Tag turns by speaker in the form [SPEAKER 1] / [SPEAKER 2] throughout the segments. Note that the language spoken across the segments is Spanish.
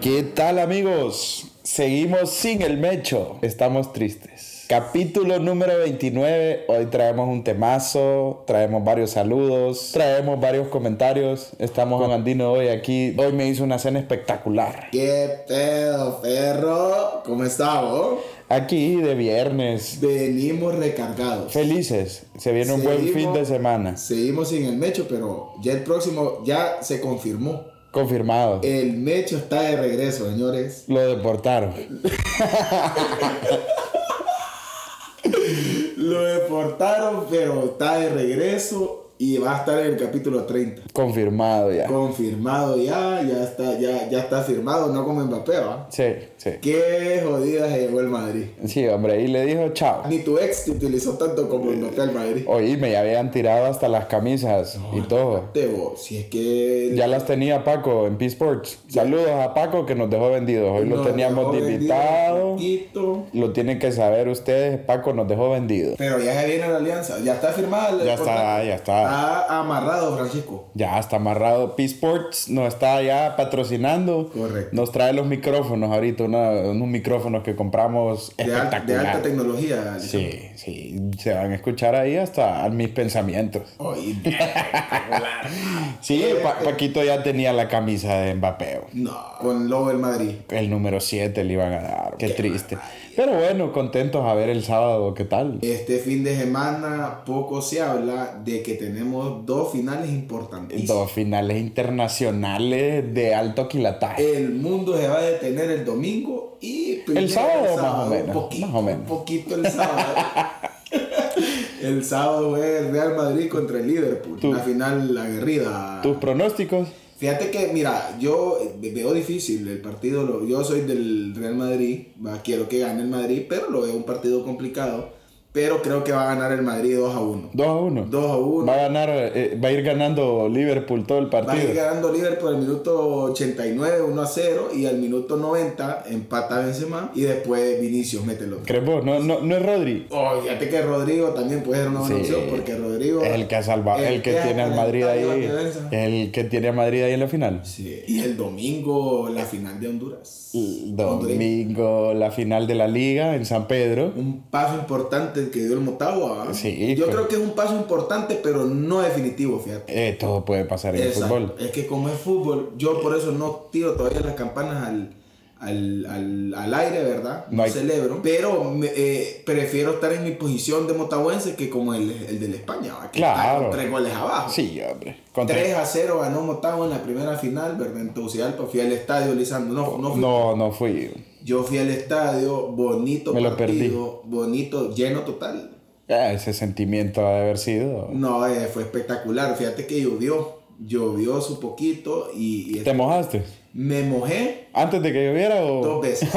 [SPEAKER 1] ¿Qué tal amigos? Seguimos sin el mecho. Estamos tristes. Capítulo número 29. Hoy traemos un temazo, traemos varios saludos, traemos varios comentarios. Estamos con Andino hoy aquí. Hoy me hizo una cena espectacular.
[SPEAKER 2] ¿Qué pedo, perro? ¿Cómo estamos?
[SPEAKER 1] Aquí de viernes.
[SPEAKER 2] Venimos recargados.
[SPEAKER 1] Felices. Se viene un buen fin de semana.
[SPEAKER 2] Seguimos sin el Mecho, pero ya el próximo ya se confirmó.
[SPEAKER 1] Confirmado.
[SPEAKER 2] El Mecho está de regreso, señores.
[SPEAKER 1] Lo deportaron.
[SPEAKER 2] Lo deportaron, pero está de regreso y va a estar en el capítulo 30.
[SPEAKER 1] Confirmado ya.
[SPEAKER 2] Confirmado ya, ya está, ya, ya está firmado, no como Mbappé, ¿va?
[SPEAKER 1] Sí, sí.
[SPEAKER 2] Qué jodida se llevó el Madrid.
[SPEAKER 1] Sí, hombre. Y le dijo chao.
[SPEAKER 2] Ni tu ex te utilizó tanto como Mbappé al Madrid.
[SPEAKER 1] Oíme, ya habían tirado hasta las camisas y todo.
[SPEAKER 2] Tebo, si es que...
[SPEAKER 1] Ya las tenía Paco en P-Sports. Saludos a Paco que nos dejó vendidos. Hoy lo
[SPEAKER 2] Nos
[SPEAKER 1] teníamos
[SPEAKER 2] dejó vendido
[SPEAKER 1] invitado.
[SPEAKER 2] un poquito.
[SPEAKER 1] Lo tienen que saber ustedes. Paco nos dejó vendido.
[SPEAKER 2] Pero ya se viene la alianza. Ya está firmada. la-
[SPEAKER 1] Ya está, ya está.
[SPEAKER 2] Está amarrado, Francisco.
[SPEAKER 1] Ya está amarrado. P-Sports nos está ya patrocinando.
[SPEAKER 2] Correcto.
[SPEAKER 1] Nos trae los micrófonos ahorita, una- unos micrófonos que compramos
[SPEAKER 2] De, al- de alta
[SPEAKER 1] espectacular.
[SPEAKER 2] tecnología.
[SPEAKER 1] Sí, sí. Se van a escuchar ahí hasta mis pensamientos.
[SPEAKER 2] Oye, espectacular.
[SPEAKER 1] Sí, Pa-
[SPEAKER 2] eh,
[SPEAKER 1] Paquito ya tenía la camisa de Mbappé.
[SPEAKER 2] no, con Lobo del Madrid.
[SPEAKER 1] El número 7 le iban a dar. Qué,
[SPEAKER 2] Qué
[SPEAKER 1] triste. Pero bueno, contentos a ver el sábado qué tal.
[SPEAKER 2] Este fin de semana poco se habla de que tenemos dos finales importantísimos.
[SPEAKER 1] Dos finales internacionales de alto quilataje.
[SPEAKER 2] El mundo se va a detener el domingo y primero
[SPEAKER 1] sábado, más o menos,
[SPEAKER 2] Un poquito,
[SPEAKER 1] más o menos.
[SPEAKER 2] un poquito el sábado. el sábado es el Real Madrid contra el Liverpool.
[SPEAKER 1] Tú-
[SPEAKER 2] Una final aguerrida.
[SPEAKER 1] ¿Tus pronósticos?
[SPEAKER 2] Fíjate que, mira, yo eh, veo difícil el partido. lo- Yo soy del Real Madrid. va, Quiero que gane el Madrid, pero lo veo un partido complicado. Pero creo que va a ganar el Madrid 2 a 1.
[SPEAKER 1] 2 a 1.
[SPEAKER 2] 2 a 1.
[SPEAKER 1] Va a ganar, eh, va a ir ganando Liverpool todo el
[SPEAKER 2] Va a ir
[SPEAKER 1] partido.
[SPEAKER 2] ganando Liverpool al minuto 89, 1 a 0. Y al minuto 90 empata Benzema. Y después Vinicius mete el otro.
[SPEAKER 1] ¿Crees vos? No, no, no es Rodri.
[SPEAKER 2] Oh, fíjate que Rodrigo también puede ser una buena
[SPEAKER 1] Sí.
[SPEAKER 2] opción. Porque Rodrigo.
[SPEAKER 1] Es el que ha salvado, el que tiene al Madrid ahí. El que tiene a Madrid ahí en la final.
[SPEAKER 2] Sí. Y el domingo la final de Honduras. Hondureño.
[SPEAKER 1] Mm, Domingo, la final de la liga en San Pedro.
[SPEAKER 2] un paso importante que dio el Motagua. ¿va?
[SPEAKER 1] Sí,
[SPEAKER 2] Yo
[SPEAKER 1] pero-
[SPEAKER 2] creo que es un paso importante, pero no definitivo, fíjate.
[SPEAKER 1] Eh, todo puede pasar en el
[SPEAKER 2] Exacto.
[SPEAKER 1] fútbol.
[SPEAKER 2] Es que como es fútbol, yo por eso no tiro todavía las campanas al, al, al, al aire, ¿verdad?
[SPEAKER 1] No
[SPEAKER 2] No
[SPEAKER 1] hay-
[SPEAKER 2] celebro. Pero me- eh, prefiero estar en mi posición de motahuense que como el, el de la España, ¿va? que está
[SPEAKER 1] Claro.
[SPEAKER 2] con tres goles abajo.
[SPEAKER 1] Sí, hombre. Contra-
[SPEAKER 2] 3 a 0 ganó Motagua en la primera final, ¿verdad? En Tegucigalpa fui al estadio, Lisandro. No, no fui
[SPEAKER 1] No, no fui.
[SPEAKER 2] Yo fui al estadio, bonito
[SPEAKER 1] Me lo
[SPEAKER 2] partido, bonito, lleno total.
[SPEAKER 1] Ah, ese sentimiento ha de haber sido.
[SPEAKER 2] No, eh, fue espectacular. Fíjate que llovió, llovió su poquito y, y
[SPEAKER 1] ¿Te mojaste?
[SPEAKER 2] me mojé
[SPEAKER 1] ¿Antes de que lloviera o.?
[SPEAKER 2] dos veces.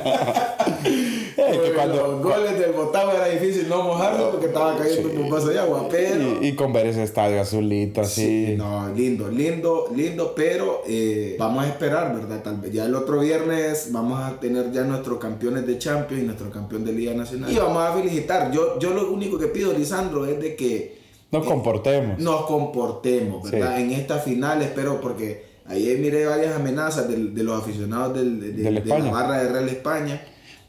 [SPEAKER 1] Eh, que
[SPEAKER 2] Porque
[SPEAKER 1] cuando-
[SPEAKER 2] Los goles del Botavo era difícil no mojarlo porque estaba cayendo
[SPEAKER 1] Sí.
[SPEAKER 2] un bombazo de agua, pero...
[SPEAKER 1] y, y con ver ese estadio azulito así.
[SPEAKER 2] Sí, no, lindo, lindo, lindo, pero eh, vamos a esperar, ¿verdad? Tal vez ya el otro viernes vamos a tener ya nuestros campeones de Champions y nuestro campeón de Liga Nacional. Y vamos a felicitar. Yo, yo lo único que pido, Lisandro, es de que
[SPEAKER 1] Nos comportemos.
[SPEAKER 2] nos comportemos, ¿verdad? En esta final, espero, porque ayer miré varias amenazas del- de, los aficionados del, de, de-
[SPEAKER 1] Del
[SPEAKER 2] de
[SPEAKER 1] España.
[SPEAKER 2] la barra de Real España.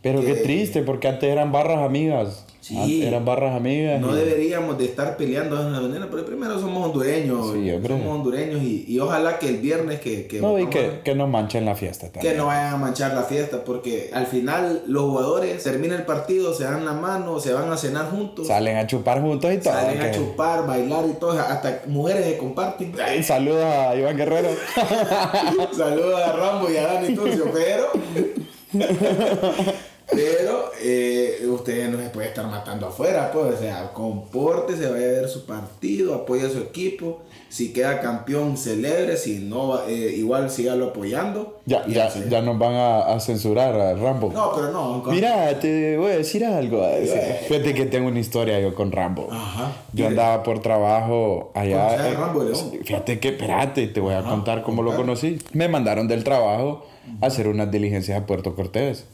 [SPEAKER 1] Pero qué
[SPEAKER 2] que
[SPEAKER 1] triste, porque antes eran barras amigas.
[SPEAKER 2] eh, Sí.
[SPEAKER 1] Antes eran barras amigas.
[SPEAKER 2] No
[SPEAKER 1] y-
[SPEAKER 2] deberíamos de estar peleando de esa manera, pero primero somos hondureños.
[SPEAKER 1] Sí, hombre.
[SPEAKER 2] somos hondureños y, y ojalá que el viernes que... que
[SPEAKER 1] No, y
[SPEAKER 2] votamos-
[SPEAKER 1] que, que nos manchen la fiesta
[SPEAKER 2] Que
[SPEAKER 1] también.
[SPEAKER 2] no vayan a manchar la fiesta, porque al final los jugadores terminan el partido, se dan la mano, se van a cenar juntos,
[SPEAKER 1] Salen a chupar juntos y todo.
[SPEAKER 2] salen a
[SPEAKER 1] que-
[SPEAKER 2] chupar, bailar y todo, hasta mujeres se comparten.
[SPEAKER 1] Ay, Saludos a Iván Guerrero.
[SPEAKER 2] Saludos a Rambo y a Dani Turcio, pero. pero eh, ustedes no se puede estar matando afuera, pues. O sea, compórtese, vaya a ver su partido, apoya a su equipo. Si queda campeón, celebre. Si no, eh, igual sígalo apoyando.
[SPEAKER 1] Ya,
[SPEAKER 2] Y
[SPEAKER 1] ya,
[SPEAKER 2] así.
[SPEAKER 1] ya nos van a, a censurar a Rambo.
[SPEAKER 2] No, pero no. con-
[SPEAKER 1] Mira, te voy a decir algo. Fíjate que tengo una historia yo con Rambo.
[SPEAKER 2] Ah. Ajá.
[SPEAKER 1] Yo andaba por trabajo allá.
[SPEAKER 2] ¿Conoces a Rambo León?
[SPEAKER 1] Fíjate que, espérate, te voy a contar cómo lo
[SPEAKER 2] contá.
[SPEAKER 1] conocí. Me mandaron del trabajo a hacer unas diligencias a Puerto Cortés.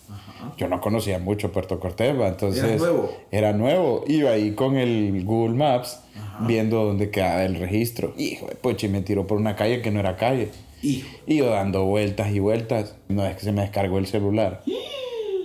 [SPEAKER 1] Yo no conocía mucho Puerto Cortés, ¿va? entonces
[SPEAKER 2] Era nuevo.
[SPEAKER 1] era nuevo. Iba ahí con el Google Maps viendo dónde quedaba el registro. Hijo de poche, me tiró por una calle que no era calle.
[SPEAKER 2] Hijo.
[SPEAKER 1] Y yo dando vueltas y vueltas. No es que se me descargó el celular.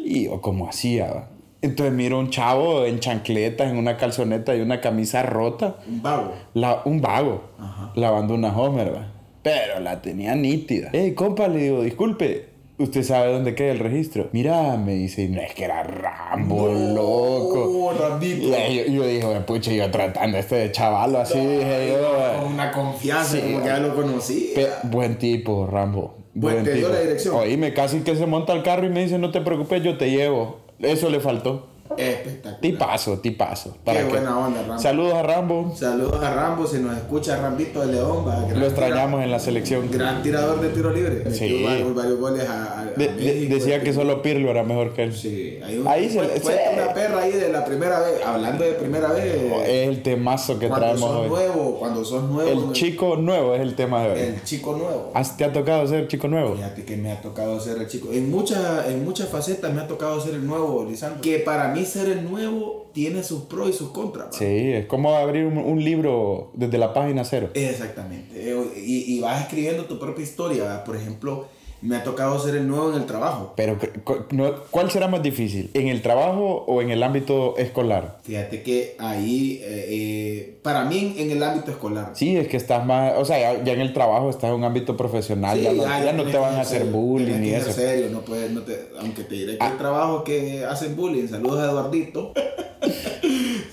[SPEAKER 1] Y yo, como hacía? va? Entonces miro un chavo en chancletas, en una calzoneta y una camisa rota.
[SPEAKER 2] Un vago.
[SPEAKER 1] La- un vago
[SPEAKER 2] Ajá.
[SPEAKER 1] lavando una Homer, va. pero la tenía nítida. Ey, compa, le digo, disculpe, ¿usted sabe dónde queda el registro? Mira, me dice, no es que era Rambo, loco.
[SPEAKER 2] Oh, Randito.
[SPEAKER 1] Y ahí yo, yo dije, pucha, yo tratando a este chavalo así, dije yo.
[SPEAKER 2] Con una confianza,
[SPEAKER 1] Sí,
[SPEAKER 2] como que ya lo conocí.
[SPEAKER 1] "Pe- buen tipo, Rambo.
[SPEAKER 2] Bueno,
[SPEAKER 1] Buen
[SPEAKER 2] te dio
[SPEAKER 1] tipo.
[SPEAKER 2] la dirección.
[SPEAKER 1] Oíme, casi que se monta al carro y me dice, no te preocupes, yo te llevo. Eso le faltó.
[SPEAKER 2] Espectacular.
[SPEAKER 1] Tipazo, tipazo. ¿Para
[SPEAKER 2] Qué buena onda, Rambo.
[SPEAKER 1] Saludos a Rambo.
[SPEAKER 2] Saludos a Rambo, si nos escucha Rambito de León. va, gran
[SPEAKER 1] Lo extrañamos en la selección.
[SPEAKER 2] tira- gran tirador de tiro libre.
[SPEAKER 1] Sí.
[SPEAKER 2] Metió varios, varios goles a, a- a
[SPEAKER 1] De- de-
[SPEAKER 2] México,
[SPEAKER 1] decía
[SPEAKER 2] este.
[SPEAKER 1] que solo Pirlo era mejor que él.
[SPEAKER 2] Sí, hay un-
[SPEAKER 1] Ahí se-
[SPEAKER 2] fue- fue
[SPEAKER 1] se-
[SPEAKER 2] una perra ahí de la primera vez. Hablando de primera vez,
[SPEAKER 1] Es el temazo que
[SPEAKER 2] cuando
[SPEAKER 1] traemos
[SPEAKER 2] sos
[SPEAKER 1] eh, hoy.
[SPEAKER 2] nuevo, cuando sos nuevo,
[SPEAKER 1] El chico Ah. nuevo es el tema de hoy.
[SPEAKER 2] el chico nuevo.
[SPEAKER 1] ¿Has- ¿Te ha tocado ser chico nuevo?
[SPEAKER 2] Fíjate que me ha tocado ser el chico. En muchas en muchas facetas me ha tocado ser el nuevo, Lisandro. Que para mí ser el nuevo tiene sus pros y sus contras. pa.
[SPEAKER 1] Sí, es como abrir un, un libro desde la página cero.
[SPEAKER 2] Exactamente. Eh, Y, y vas escribiendo tu propia historia. ¿verdad? Por ejemplo, me ha tocado ser el nuevo en el trabajo.
[SPEAKER 1] Pero, cu- cu- no- ¿cuál será más difícil? ¿En el trabajo o en el ámbito escolar?
[SPEAKER 2] Fíjate que ahí, eh, eh, para mí, en el ámbito escolar.
[SPEAKER 1] Sí, es que estás más. O sea, ya, ya en el trabajo estás en un ámbito profesional,
[SPEAKER 2] Sí,
[SPEAKER 1] ya no,
[SPEAKER 2] ah,
[SPEAKER 1] ya no
[SPEAKER 2] tenés
[SPEAKER 1] te
[SPEAKER 2] que
[SPEAKER 1] van a
[SPEAKER 2] ser-
[SPEAKER 1] hacer bullying
[SPEAKER 2] tenés
[SPEAKER 1] ni
[SPEAKER 2] que
[SPEAKER 1] eso. Ah.
[SPEAKER 2] ser serio, no puedes, no te- aunque te diré que hay trabajos que hacen bullying. Saludos a Eduardito.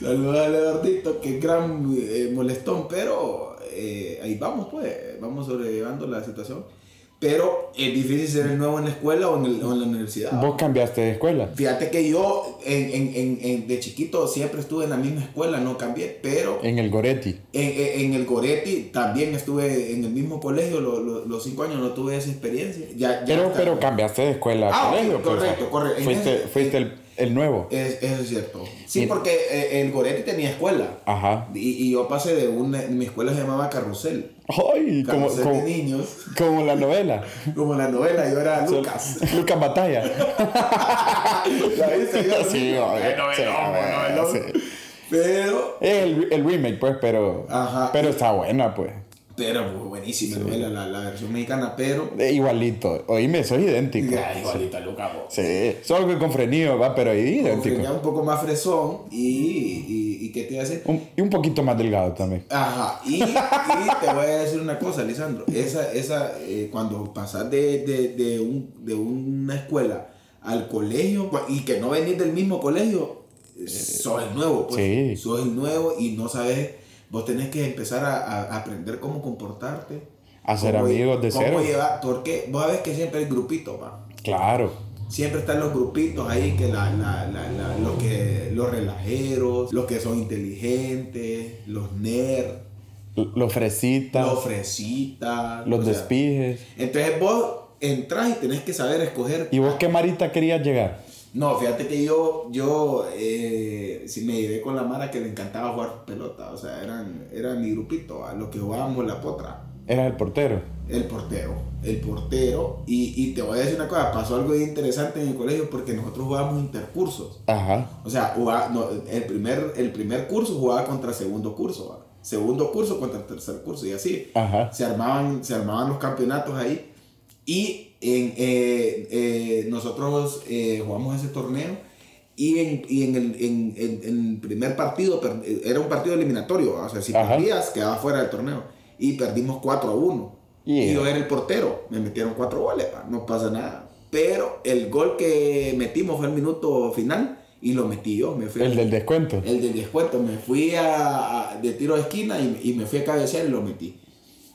[SPEAKER 2] Saludos a Eduardito, que es gran eh, molestón, pero eh, ahí vamos, pues, vamos sobrellevando la situación. Pero es difícil ser el nuevo en la escuela o en, el- o en la universidad.
[SPEAKER 1] Vos cambiaste de escuela.
[SPEAKER 2] Fíjate que yo en, en- en- en- de chiquito siempre estuve en la misma escuela, no cambié, pero
[SPEAKER 1] En el Goretti.
[SPEAKER 2] en, en- en el Goretti también estuve en el mismo colegio lo- lo- los cinco años, no tuve esa experiencia. Ya, ya
[SPEAKER 1] Pero,
[SPEAKER 2] está.
[SPEAKER 1] pero cambiaste de escuela
[SPEAKER 2] Ah,
[SPEAKER 1] al colegio.
[SPEAKER 2] ok,
[SPEAKER 1] pues, o sea,
[SPEAKER 2] correcto, correcto. En
[SPEAKER 1] Fuiste,
[SPEAKER 2] ese-
[SPEAKER 1] fuiste el, el nuevo.
[SPEAKER 2] Es- eso es cierto. Sí,
[SPEAKER 1] Y-
[SPEAKER 2] porque eh, el Goretti tenía escuela.
[SPEAKER 1] Ajá.
[SPEAKER 2] Y, y yo pasé de una, mi escuela se llamaba Carrusel.
[SPEAKER 1] ¡Ay! Como,
[SPEAKER 2] Carrusel
[SPEAKER 1] como-
[SPEAKER 2] de niños,
[SPEAKER 1] como la novela.
[SPEAKER 2] como la novela, yo era Lucas.
[SPEAKER 1] Lucas Batalla.
[SPEAKER 2] ¿La viste? Yo era
[SPEAKER 1] Sí,
[SPEAKER 2] Lucas.
[SPEAKER 1] obvio.
[SPEAKER 2] El novelón,
[SPEAKER 1] Sí,
[SPEAKER 2] el
[SPEAKER 1] obvio,
[SPEAKER 2] novelón. Pero
[SPEAKER 1] Es el, el remake, pues, pero.
[SPEAKER 2] Ajá.
[SPEAKER 1] Pero está buena, pues.
[SPEAKER 2] Pero pues, buenísima novela, la, la versión mexicana, pero.
[SPEAKER 1] Eh, igualito. Oíme, soy idéntico.
[SPEAKER 2] Ya, igualita, Luca, po.
[SPEAKER 1] Sí. Solo que con frenillo, va, pero
[SPEAKER 2] Como que ya
[SPEAKER 1] idéntico.
[SPEAKER 2] un poco más fresón y, y, y qué te iba a decir.
[SPEAKER 1] Un- y un poquito más delgado también.
[SPEAKER 2] Ajá, y, y te voy a decir una cosa, Lisandro. Esa, esa, eh, cuando pasas de, de, de, un, de una escuela al colegio cua- y que no venís del mismo colegio, eh, sos el nuevo, pues.
[SPEAKER 1] sí.
[SPEAKER 2] Sos el nuevo y no sabes, vos tenés que empezar a, a aprender cómo comportarte.
[SPEAKER 1] Hacer
[SPEAKER 2] cómo lle-
[SPEAKER 1] amigos de
[SPEAKER 2] cómo
[SPEAKER 1] cero.
[SPEAKER 2] llevar- porque vos sabés que siempre hay grupitos, pa.
[SPEAKER 1] Claro.
[SPEAKER 2] Siempre están los grupitos ahí que la, la, la, la- los que los relajeros, los que son inteligentes, los nerds,
[SPEAKER 1] L- Los fresitas,
[SPEAKER 2] los fresitas,
[SPEAKER 1] los
[SPEAKER 2] o sea,
[SPEAKER 1] despijes.
[SPEAKER 2] Entonces vos entras y tenés que saber escoger.
[SPEAKER 1] ¿Y vos qué marita querías llegar?
[SPEAKER 2] No, fíjate que yo, yo eh, sí me llevé con la mara que le encantaba jugar pelota, o sea, eran, era mi grupito, a los que jugábamos la potra.
[SPEAKER 1] Eras el portero.
[SPEAKER 2] El portero, el portero. Y, y te voy a decir una cosa, pasó algo interesante en el colegio porque nosotros jugábamos intercursos.
[SPEAKER 1] Ajá.
[SPEAKER 2] O sea, jugaba- no, el, primer, el primer curso jugaba contra segundo curso, ¿va? segundo curso contra tercer curso y así.
[SPEAKER 1] Ajá.
[SPEAKER 2] Se armaban, se armaban los campeonatos ahí y en, eh, eh, nosotros eh, jugamos ese torneo y en, y en el en, en- en el primer partido, per- eh, era un partido eliminatorio, ¿va? o sea, si
[SPEAKER 1] Ajá.
[SPEAKER 2] perdías quedaba fuera del torneo y perdimos 4 a 1.
[SPEAKER 1] Yeah.
[SPEAKER 2] Y yo era el portero, me metieron 4 goles, ¿va? no pasa nada. Pero el gol que metimos fue el minuto final y lo metí yo, me fui
[SPEAKER 1] El del descuento.
[SPEAKER 2] el del descuento, me fui a, a- de tiro de esquina y, y me fui a cabecear y lo metí.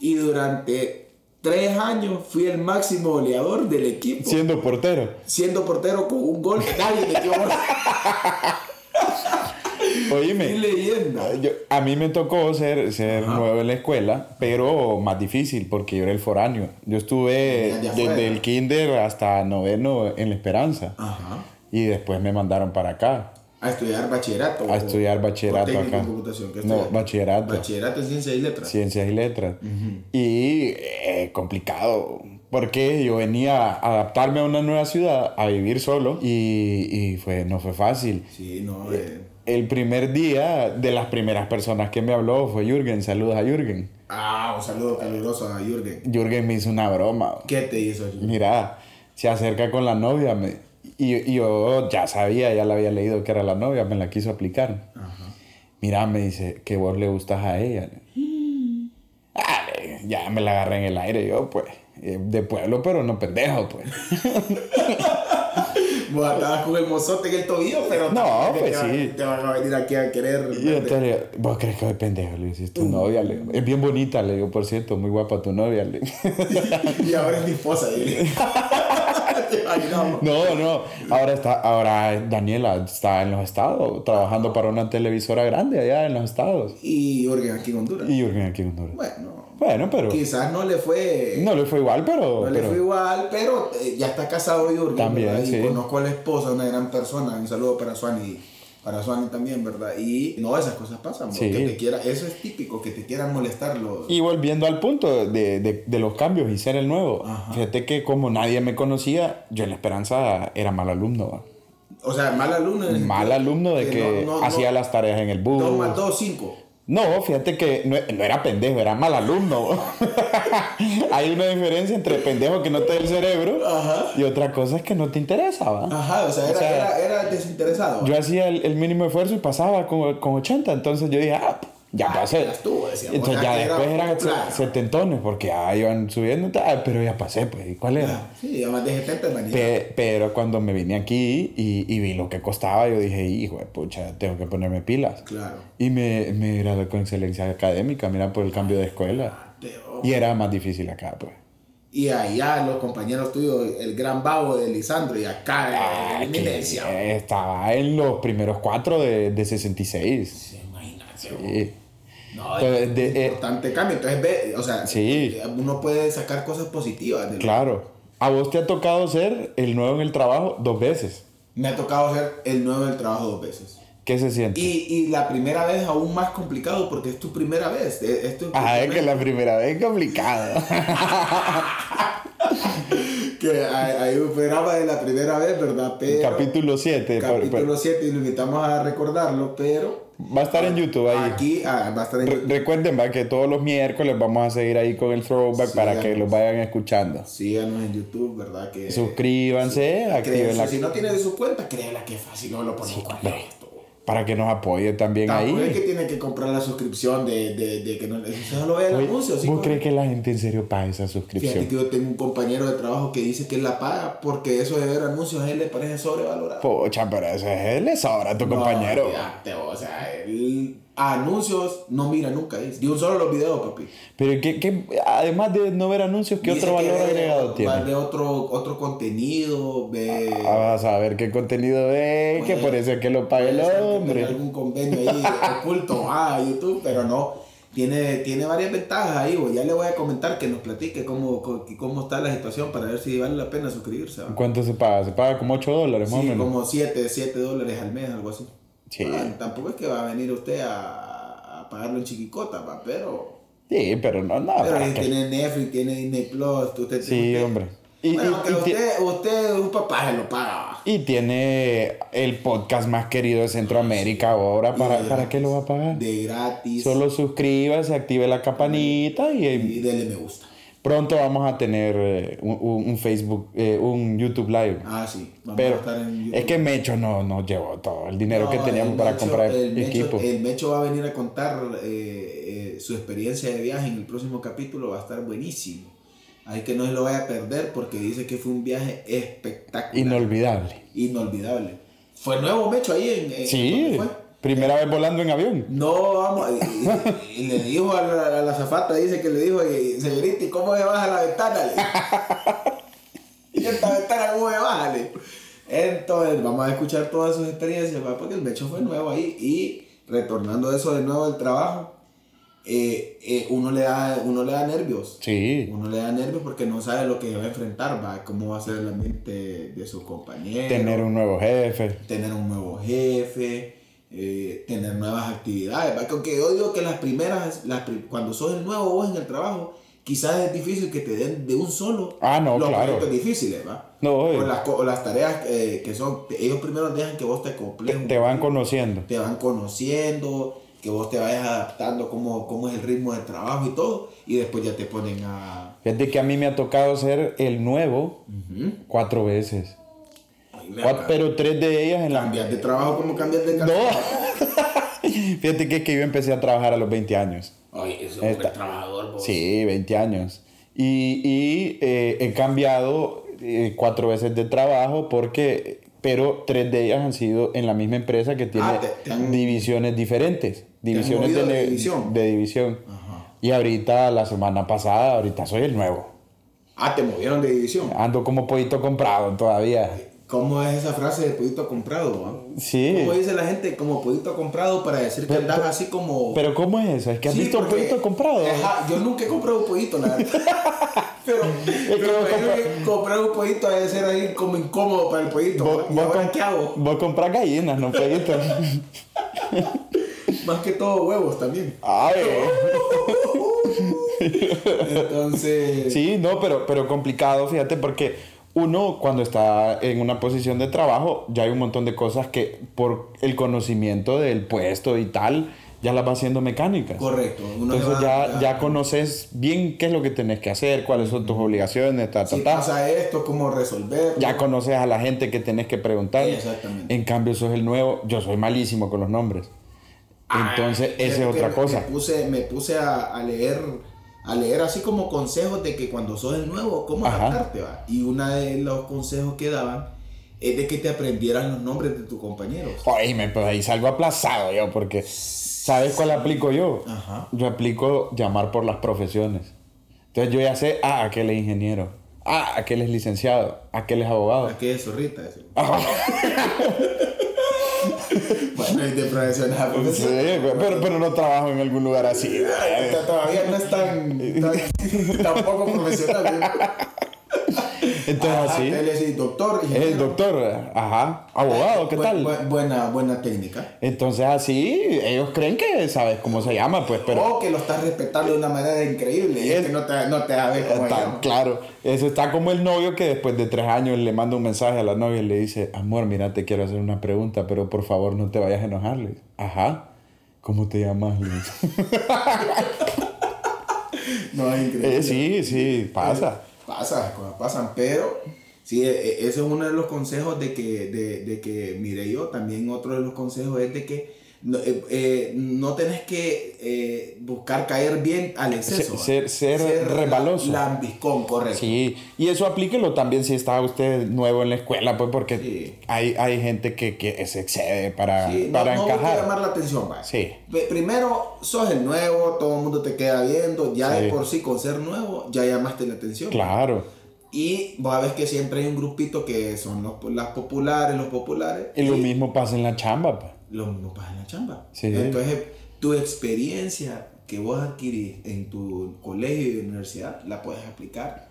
[SPEAKER 2] Y durante tres años fui el máximo goleador del equipo,
[SPEAKER 1] Siendo portero.
[SPEAKER 2] siendo portero con un gol, nadie metió gol.
[SPEAKER 1] Oíme.
[SPEAKER 2] Qué leyenda.
[SPEAKER 1] Yo- a mí me tocó ser, ser
[SPEAKER 2] Ajá.
[SPEAKER 1] nuevo en la escuela, pero más difícil porque yo era el foráneo. Yo estuve
[SPEAKER 2] Venías de afuera.
[SPEAKER 1] desde el kinder hasta noveno en La Esperanza
[SPEAKER 2] Ajá.
[SPEAKER 1] y después me mandaron para acá.
[SPEAKER 2] A estudiar bachillerato.
[SPEAKER 1] A estudiar bachillerato
[SPEAKER 2] o técnico en
[SPEAKER 1] acá.
[SPEAKER 2] computación, ¿qué
[SPEAKER 1] No,
[SPEAKER 2] estudias?
[SPEAKER 1] bachillerato.
[SPEAKER 2] Bachillerato en ciencias y letras.
[SPEAKER 1] Ciencias y letras. Y eh, complicado, Porque yo venía a adaptarme a una nueva ciudad, a vivir solo, y, y fue, no fue fácil.
[SPEAKER 2] Sí, no, eh.
[SPEAKER 1] El primer día, de las primeras personas que me habló fue Jürgen. Saludos a Jürgen.
[SPEAKER 2] Ah, un saludo caluroso a Jürgen.
[SPEAKER 1] Jürgen me hizo una broma.
[SPEAKER 2] ¿Qué te hizo Jürgen?
[SPEAKER 1] Mira, se acerca con la novia. me- y, y yo ya sabía, ya la había leído que era la novia, me la quiso aplicar.
[SPEAKER 2] Ajá.
[SPEAKER 1] Mira, me dice que vos le gustas a ella. Ah, le- ya me la agarré en el aire yo, pues. Eh, De pueblo, pero no pendejo, pues.
[SPEAKER 2] Vos andabas con el mozote en el tobillo, pero
[SPEAKER 1] No,
[SPEAKER 2] también
[SPEAKER 1] pues
[SPEAKER 2] te,
[SPEAKER 1] sí.
[SPEAKER 2] van- te van a venir aquí a querer.
[SPEAKER 1] Y yo entonces le digo, ¿vos crees que soy pendejo? Le dices, tu novia, le digo, es bien bonita, le digo, por cierto, muy guapa tu novia. Le digo.
[SPEAKER 2] Y ahora es mi esposa, dile. Te imaginamos.
[SPEAKER 1] No, no, ahora está, ahora Daniela está en los estados, trabajando para una televisora grande allá en los estados.
[SPEAKER 2] Y Jürgen aquí en Honduras.
[SPEAKER 1] Y Jürgen aquí en Honduras.
[SPEAKER 2] Bueno,
[SPEAKER 1] Bueno, pero
[SPEAKER 2] quizás no le fue.
[SPEAKER 1] no le fue igual, pero...
[SPEAKER 2] No le
[SPEAKER 1] pero-
[SPEAKER 2] fue igual, pero eh, ya está casado Jürgen.
[SPEAKER 1] También,
[SPEAKER 2] ¿verdad? Y
[SPEAKER 1] sí.
[SPEAKER 2] conozco a la esposa, una gran persona. Un saludo para Suani. Para Suani también, ¿verdad? Y no, esas cosas pasan. ¿no?
[SPEAKER 1] Sí.
[SPEAKER 2] Que te quiera, eso es típico, que te quieran molestar los.
[SPEAKER 1] Y volviendo al punto de, de- de los cambios y ser el nuevo,
[SPEAKER 2] Ajá.
[SPEAKER 1] fíjate que como nadie me conocía, yo en la esperanza era mal alumno. ¿va?
[SPEAKER 2] O sea, mal alumno. en el
[SPEAKER 1] Mal
[SPEAKER 2] sentido
[SPEAKER 1] alumno de que,
[SPEAKER 2] eh, no- no- no-
[SPEAKER 1] hacía las tareas en el bus.
[SPEAKER 2] Dos más dos, cinco.
[SPEAKER 1] No, fíjate que no, no era pendejo, era mal alumno. Hay una diferencia entre pendejo que no te da el cerebro
[SPEAKER 2] Ajá.
[SPEAKER 1] y otra cosa es que no te interesa, ¿va?
[SPEAKER 2] Ajá, o sea, era,
[SPEAKER 1] O sea,
[SPEAKER 2] era, era desinteresado.
[SPEAKER 1] Yo hacía el, el mínimo esfuerzo y pasaba con, con 80, entonces yo dije, ah, ya pasé.
[SPEAKER 2] ya estuvo, decíamos,
[SPEAKER 1] Entonces
[SPEAKER 2] ya
[SPEAKER 1] ya
[SPEAKER 2] que era
[SPEAKER 1] después eran
[SPEAKER 2] plan.
[SPEAKER 1] se- setentones porque ya iban subiendo, ah, pero ya pasé, pues, ¿y cuál era?
[SPEAKER 2] Sí, ya más de 70 manito.
[SPEAKER 1] Pe- pero cuando me vine aquí y, y vi lo que costaba, yo dije, hijo de pucha, tengo que ponerme pilas.
[SPEAKER 2] Claro.
[SPEAKER 1] Y me, me gradué con excelencia académica, mira, por el cambio de escuela.
[SPEAKER 2] Teo.
[SPEAKER 1] Y era más difícil acá, pues.
[SPEAKER 2] Y allá los compañeros tuyos, el gran babo de Lisandro y acá
[SPEAKER 1] Ah,
[SPEAKER 2] la eminencia.
[SPEAKER 1] que estaba en los primeros cuatro de, de 66.
[SPEAKER 2] Sí, Imagínate.
[SPEAKER 1] Sí.
[SPEAKER 2] No,
[SPEAKER 1] Entonces,
[SPEAKER 2] es
[SPEAKER 1] de- eh,
[SPEAKER 2] importante cambio. Entonces, ve, o sea,
[SPEAKER 1] Sí.
[SPEAKER 2] uno puede sacar cosas positivas. de lo-
[SPEAKER 1] Claro. A vos te ha tocado ser el nuevo en el trabajo dos veces.
[SPEAKER 2] Me ha tocado hacer el nuevo del trabajo dos veces.
[SPEAKER 1] ¿Qué se siente?
[SPEAKER 2] Y, y la primera vez aún más complicado porque es tu primera vez. Es, es tu
[SPEAKER 1] Ah, es que
[SPEAKER 2] primer-
[SPEAKER 1] la primera vez es complicado.
[SPEAKER 2] que hay, hay un programa de la primera vez, ¿verdad? Pero,
[SPEAKER 1] Capítulo pues, 7.
[SPEAKER 2] capítulo 7 y lo invitamos a recordarlo, pero
[SPEAKER 1] Va a estar en YouTube ahí.
[SPEAKER 2] aquí ah, va a estar en
[SPEAKER 1] Re- Recuerden, va, que todos los miércoles vamos a seguir ahí con el throwback
[SPEAKER 2] Sí,
[SPEAKER 1] para
[SPEAKER 2] ya.
[SPEAKER 1] que los vayan escuchando.
[SPEAKER 2] Síganos en YouTube, ¿verdad? Que,
[SPEAKER 1] Suscríbanse, activen
[SPEAKER 2] Creen-
[SPEAKER 1] la
[SPEAKER 2] Si no tienes su cuenta, créela que fácil, no lo ponemos con
[SPEAKER 1] hombre.
[SPEAKER 2] esto.
[SPEAKER 1] para que nos apoye también
[SPEAKER 2] Tampoco es que
[SPEAKER 1] ahí.
[SPEAKER 2] tiene que comprar la suscripción de, de, de que no, no lo vea el
[SPEAKER 1] Oye,
[SPEAKER 2] anuncio. ¿sí?
[SPEAKER 1] ¿Vos crees que la gente en serio paga esa
[SPEAKER 2] Fíjate
[SPEAKER 1] suscripción?
[SPEAKER 2] que yo tengo un compañero de trabajo que dice que él la paga porque eso de ver anuncios a él le parece sobrevalorado.
[SPEAKER 1] Pocha, pero eso es le sobra a tu compañero.
[SPEAKER 2] No, fíjate, o sea, él anuncios no mira nunca. dice. De un solo los videos, papi.
[SPEAKER 1] Pero que, además de no ver anuncios, ¿qué
[SPEAKER 2] Dice
[SPEAKER 1] otro
[SPEAKER 2] que
[SPEAKER 1] valor
[SPEAKER 2] ve-
[SPEAKER 1] agregado
[SPEAKER 2] va-
[SPEAKER 1] tiene?
[SPEAKER 2] Ve otro, otro contenido, ve.
[SPEAKER 1] Ah, vas a ver qué contenido es, que
[SPEAKER 2] Puede-
[SPEAKER 1] por eso es que lo paga el
[SPEAKER 2] Puede ser que tenga
[SPEAKER 1] hombre.
[SPEAKER 2] algún convenio ahí oculto a YouTube, pero no. Tiene, tiene varias ventajas ahí, güey. Ya le voy a comentar que nos platique cómo, co- cómo está la situación para ver si vale la pena suscribirse. ¿va?
[SPEAKER 1] ¿Cuánto se paga? Se paga como 8 dólares más o
[SPEAKER 2] Sí,
[SPEAKER 1] menos.
[SPEAKER 2] como 7, 7 dólares al mes, algo así.
[SPEAKER 1] Sí.
[SPEAKER 2] Ah, tampoco es que va a venir usted a, a pagarlo en chiquicota, va, pero.
[SPEAKER 1] Sí, pero no, no.
[SPEAKER 2] pero
[SPEAKER 1] ¿para
[SPEAKER 2] ahí
[SPEAKER 1] qué?
[SPEAKER 2] tiene Netflix, tiene Disney Plus, usted
[SPEAKER 1] Ah, Sí,
[SPEAKER 2] usted-
[SPEAKER 1] hombre. Y,
[SPEAKER 2] Bueno,
[SPEAKER 1] y-
[SPEAKER 2] que
[SPEAKER 1] y ti-
[SPEAKER 2] usted, usted, un papá se lo paga. va.
[SPEAKER 1] y tiene el podcast más querido de Centroamérica ahora. ¿Para,
[SPEAKER 2] Y-
[SPEAKER 1] ¿para qué lo va a pagar?
[SPEAKER 2] De gratis.
[SPEAKER 1] Ah. Solo suscríbase, active la campanita y eh,
[SPEAKER 2] Y dele me gusta.
[SPEAKER 1] pronto vamos a tener eh, un, un- un Facebook, eh, un YouTube Live.
[SPEAKER 2] Ah, sí. Vamos a
[SPEAKER 1] Pero
[SPEAKER 2] estar en YouTube.
[SPEAKER 1] es que Mecho no nos llevó todo el dinero que
[SPEAKER 2] No,
[SPEAKER 1] teníamos
[SPEAKER 2] el
[SPEAKER 1] para
[SPEAKER 2] Mecho-
[SPEAKER 1] comprar
[SPEAKER 2] el Mecho-
[SPEAKER 1] equipo.
[SPEAKER 2] el Mecho va a venir a contar eh, eh, su experiencia de viaje en el próximo capítulo, va a estar buenísimo. Hay que no se lo vaya a perder porque dice que fue un viaje espectacular.
[SPEAKER 1] Inolvidable.
[SPEAKER 2] Inolvidable. Fue nuevo Mecho ahí en... en-
[SPEAKER 1] Sí,
[SPEAKER 2] ¿dónde fue?
[SPEAKER 1] primera vez volando en avión.
[SPEAKER 2] No, vamos, y, y- y le dijo a la, a la azafata, dice que le dijo, "Eh, señorita, ¿y cómo se baja la ventana? Le dijo. y esta ventana, ¿cómo se baja? Le dijo. Entonces, vamos a escuchar todas sus experiencias, va, porque el mecho fue nuevo ahí. Y retornando de eso de nuevo del trabajo, eh, eh, uno, le da, uno le da nervios.
[SPEAKER 1] Sí.
[SPEAKER 2] Uno le da nervios porque no sabe lo que se va a enfrentar, va, cómo va a ser el ambiente de sus compañeros
[SPEAKER 1] Tener un nuevo jefe.
[SPEAKER 2] tener un nuevo jefe, eh, tener nuevas actividades. ¿va? Que Aunque yo digo que las primeras, las pri- cuando sos el nuevo vos en el trabajo, quizás es difícil que te den de un solo
[SPEAKER 1] Ah, no,
[SPEAKER 2] los
[SPEAKER 1] claro.
[SPEAKER 2] proyectos difíciles, ¿va?
[SPEAKER 1] No, eh. obvio.
[SPEAKER 2] o las, co- o las tareas eh, que son, te- ellos primero dejan que vos te acoples, un
[SPEAKER 1] Te van
[SPEAKER 2] poquito,
[SPEAKER 1] conociendo.
[SPEAKER 2] te van conociendo, que vos te vayas adaptando cómo, cómo es el ritmo de trabajo y todo, y después ya te ponen a...
[SPEAKER 1] Fíjate que a mí me ha tocado ser el nuevo
[SPEAKER 2] Ujú.
[SPEAKER 1] cuatro veces.
[SPEAKER 2] Ay, me
[SPEAKER 1] Cuat- pero tres de ellas en la...
[SPEAKER 2] Cambiar de trabajo como cambiar de casa.
[SPEAKER 1] No. Fíjate que es que yo empecé a trabajar a los 20 años.
[SPEAKER 2] Ay, eso
[SPEAKER 1] Ahí está.
[SPEAKER 2] es trabajador, vos.
[SPEAKER 1] Sí, 20 años. Y, y, eh, he cambiado eh, cuatro veces de trabajo porque, pero tres de ellas han sido en la misma empresa que tiene
[SPEAKER 2] Ah, te- te han-
[SPEAKER 1] divisiones diferentes. Divisiones
[SPEAKER 2] movido de
[SPEAKER 1] ne-
[SPEAKER 2] división.
[SPEAKER 1] de división.
[SPEAKER 2] Ajá.
[SPEAKER 1] Y ahorita, la semana pasada, ahorita soy el nuevo.
[SPEAKER 2] Ah, te movieron de división.
[SPEAKER 1] Ando como pollito comprado todavía.
[SPEAKER 2] ¿Cómo es esa frase de pollito comprado? va?
[SPEAKER 1] Sí.
[SPEAKER 2] ¿Cómo dice la gente como pollito comprado para decir que
[SPEAKER 1] Pero-
[SPEAKER 2] andas así como...
[SPEAKER 1] Pero ¿cómo es eso? Es que has
[SPEAKER 2] Sí,
[SPEAKER 1] visto
[SPEAKER 2] porque-
[SPEAKER 1] pollito comprado.
[SPEAKER 2] Ajá, yo nunca he comprado pollito, la verdad. pero
[SPEAKER 1] como
[SPEAKER 2] pero me
[SPEAKER 1] compra-
[SPEAKER 2] imagino que comprar un pollito debe ser ahí como incómodo para el pollito.
[SPEAKER 1] Vos,
[SPEAKER 2] ¿va? ¿Y
[SPEAKER 1] vos
[SPEAKER 2] ahora
[SPEAKER 1] comp-
[SPEAKER 2] qué hago?
[SPEAKER 1] vos compras gallinas, no pollitos.
[SPEAKER 2] Más que todo huevos también.
[SPEAKER 1] Ay.
[SPEAKER 2] Entonces...
[SPEAKER 1] Sí, no, pero, pero complicado, fíjate, porque uno cuando está en una posición de trabajo, ya hay un montón de cosas que por el conocimiento del puesto y tal, ya las va haciendo mecánicas.
[SPEAKER 2] Correcto. uno
[SPEAKER 1] Entonces
[SPEAKER 2] se va-
[SPEAKER 1] ya, ya conoces bien qué es lo que tenés que hacer, cuáles son tus obligaciones, ta, ta,
[SPEAKER 2] Si
[SPEAKER 1] ta.
[SPEAKER 2] pasa esto, cómo resolver.
[SPEAKER 1] Ya conoces a la gente que tenés que preguntar.
[SPEAKER 2] Sí, exactamente.
[SPEAKER 1] En cambio, sos el nuevo. Yo soy malísimo con los nombres.
[SPEAKER 2] Ah,
[SPEAKER 1] Entonces, esa es
[SPEAKER 2] que
[SPEAKER 1] otra
[SPEAKER 2] me-
[SPEAKER 1] cosa.
[SPEAKER 2] Me puse, me puse a, a leer a leer así como consejos de que cuando sos el nuevo, cómo
[SPEAKER 1] Ajá.
[SPEAKER 2] adaptarte, va. Y uno de los consejos que daban es de que te aprendieran los nombres de tus compañeros.
[SPEAKER 1] Oíme, pues ahí salgo aplazado yo, porque ¿sabes cuál aplico yo?
[SPEAKER 2] Ajá.
[SPEAKER 1] Yo aplico llamar por las profesiones. Entonces yo ya sé, ah, aquel es ingeniero, ah, aquel es licenciado, aquel es abogado.
[SPEAKER 2] ¿A qué es zorrita? Eso.
[SPEAKER 1] Ah.
[SPEAKER 2] bueno, es de profesional. a
[SPEAKER 1] Sí,
[SPEAKER 2] profesional.
[SPEAKER 1] pero, pero no trabajo en algún lugar así.
[SPEAKER 2] T- Todavía no es tan, tan- tampoco profesional. ¿eh?
[SPEAKER 1] Entonces
[SPEAKER 2] Ajá,
[SPEAKER 1] así,
[SPEAKER 2] él
[SPEAKER 1] es
[SPEAKER 2] es Ah, el doctor.
[SPEAKER 1] Ah, el
[SPEAKER 2] ingeniero.
[SPEAKER 1] doctor, ajá, abogado, ¿qué
[SPEAKER 2] Bu-
[SPEAKER 1] tal?
[SPEAKER 2] bu- buena, buena técnica.
[SPEAKER 1] Entonces así, ellos creen que sabes cómo se llama, pues, pero...
[SPEAKER 2] o que lo estás respetando de una manera increíble y
[SPEAKER 1] Es-
[SPEAKER 2] es que no te, no te sabes cómo
[SPEAKER 1] Está-
[SPEAKER 2] llama.
[SPEAKER 1] claro, eso está como el novio que después de tres años le manda un mensaje a la novia y le dice, amor, mira, te quiero hacer una pregunta, pero por favor no te vayas a enojar, Luis. Ajá, ¿cómo te llamas, Luis?
[SPEAKER 2] No, es increíble.
[SPEAKER 1] Eh, sí, sí, pasa.
[SPEAKER 2] Pasa, las cosas pasan, pero sí, e- e- ese es uno de los consejos de que, de, de que mire yo, también otro de los consejos es de que no, eh, eh, no tenés que eh, buscar caer bien al exceso.
[SPEAKER 1] Ser- ser- ser
[SPEAKER 2] la-
[SPEAKER 1] rebaloso.
[SPEAKER 2] Lambiscón, correcto.
[SPEAKER 1] Sí, y eso aplíquelo también si está usted nuevo en la escuela, pues porque
[SPEAKER 2] Sí.
[SPEAKER 1] hay, hay gente que, que se excede para,
[SPEAKER 2] Sí, no-
[SPEAKER 1] para
[SPEAKER 2] no, busques
[SPEAKER 1] encajar.
[SPEAKER 2] llamar la atención, vaya.
[SPEAKER 1] Sí.
[SPEAKER 2] Pe- Primero, sos el nuevo, todo el mundo te queda viendo, ya
[SPEAKER 1] Sí.
[SPEAKER 2] de por sí con ser nuevo, ya llamaste la atención.
[SPEAKER 1] claro.
[SPEAKER 2] Y vos ves que siempre hay un grupito que son los, las populares, los populares.
[SPEAKER 1] Y lo mismo pasa en la chamba, pues. pa.
[SPEAKER 2] Lo mismo pasa en la chamba.
[SPEAKER 1] Sí.
[SPEAKER 2] Entonces, tu experiencia que vos adquirís en tu colegio y universidad, la puedes aplicar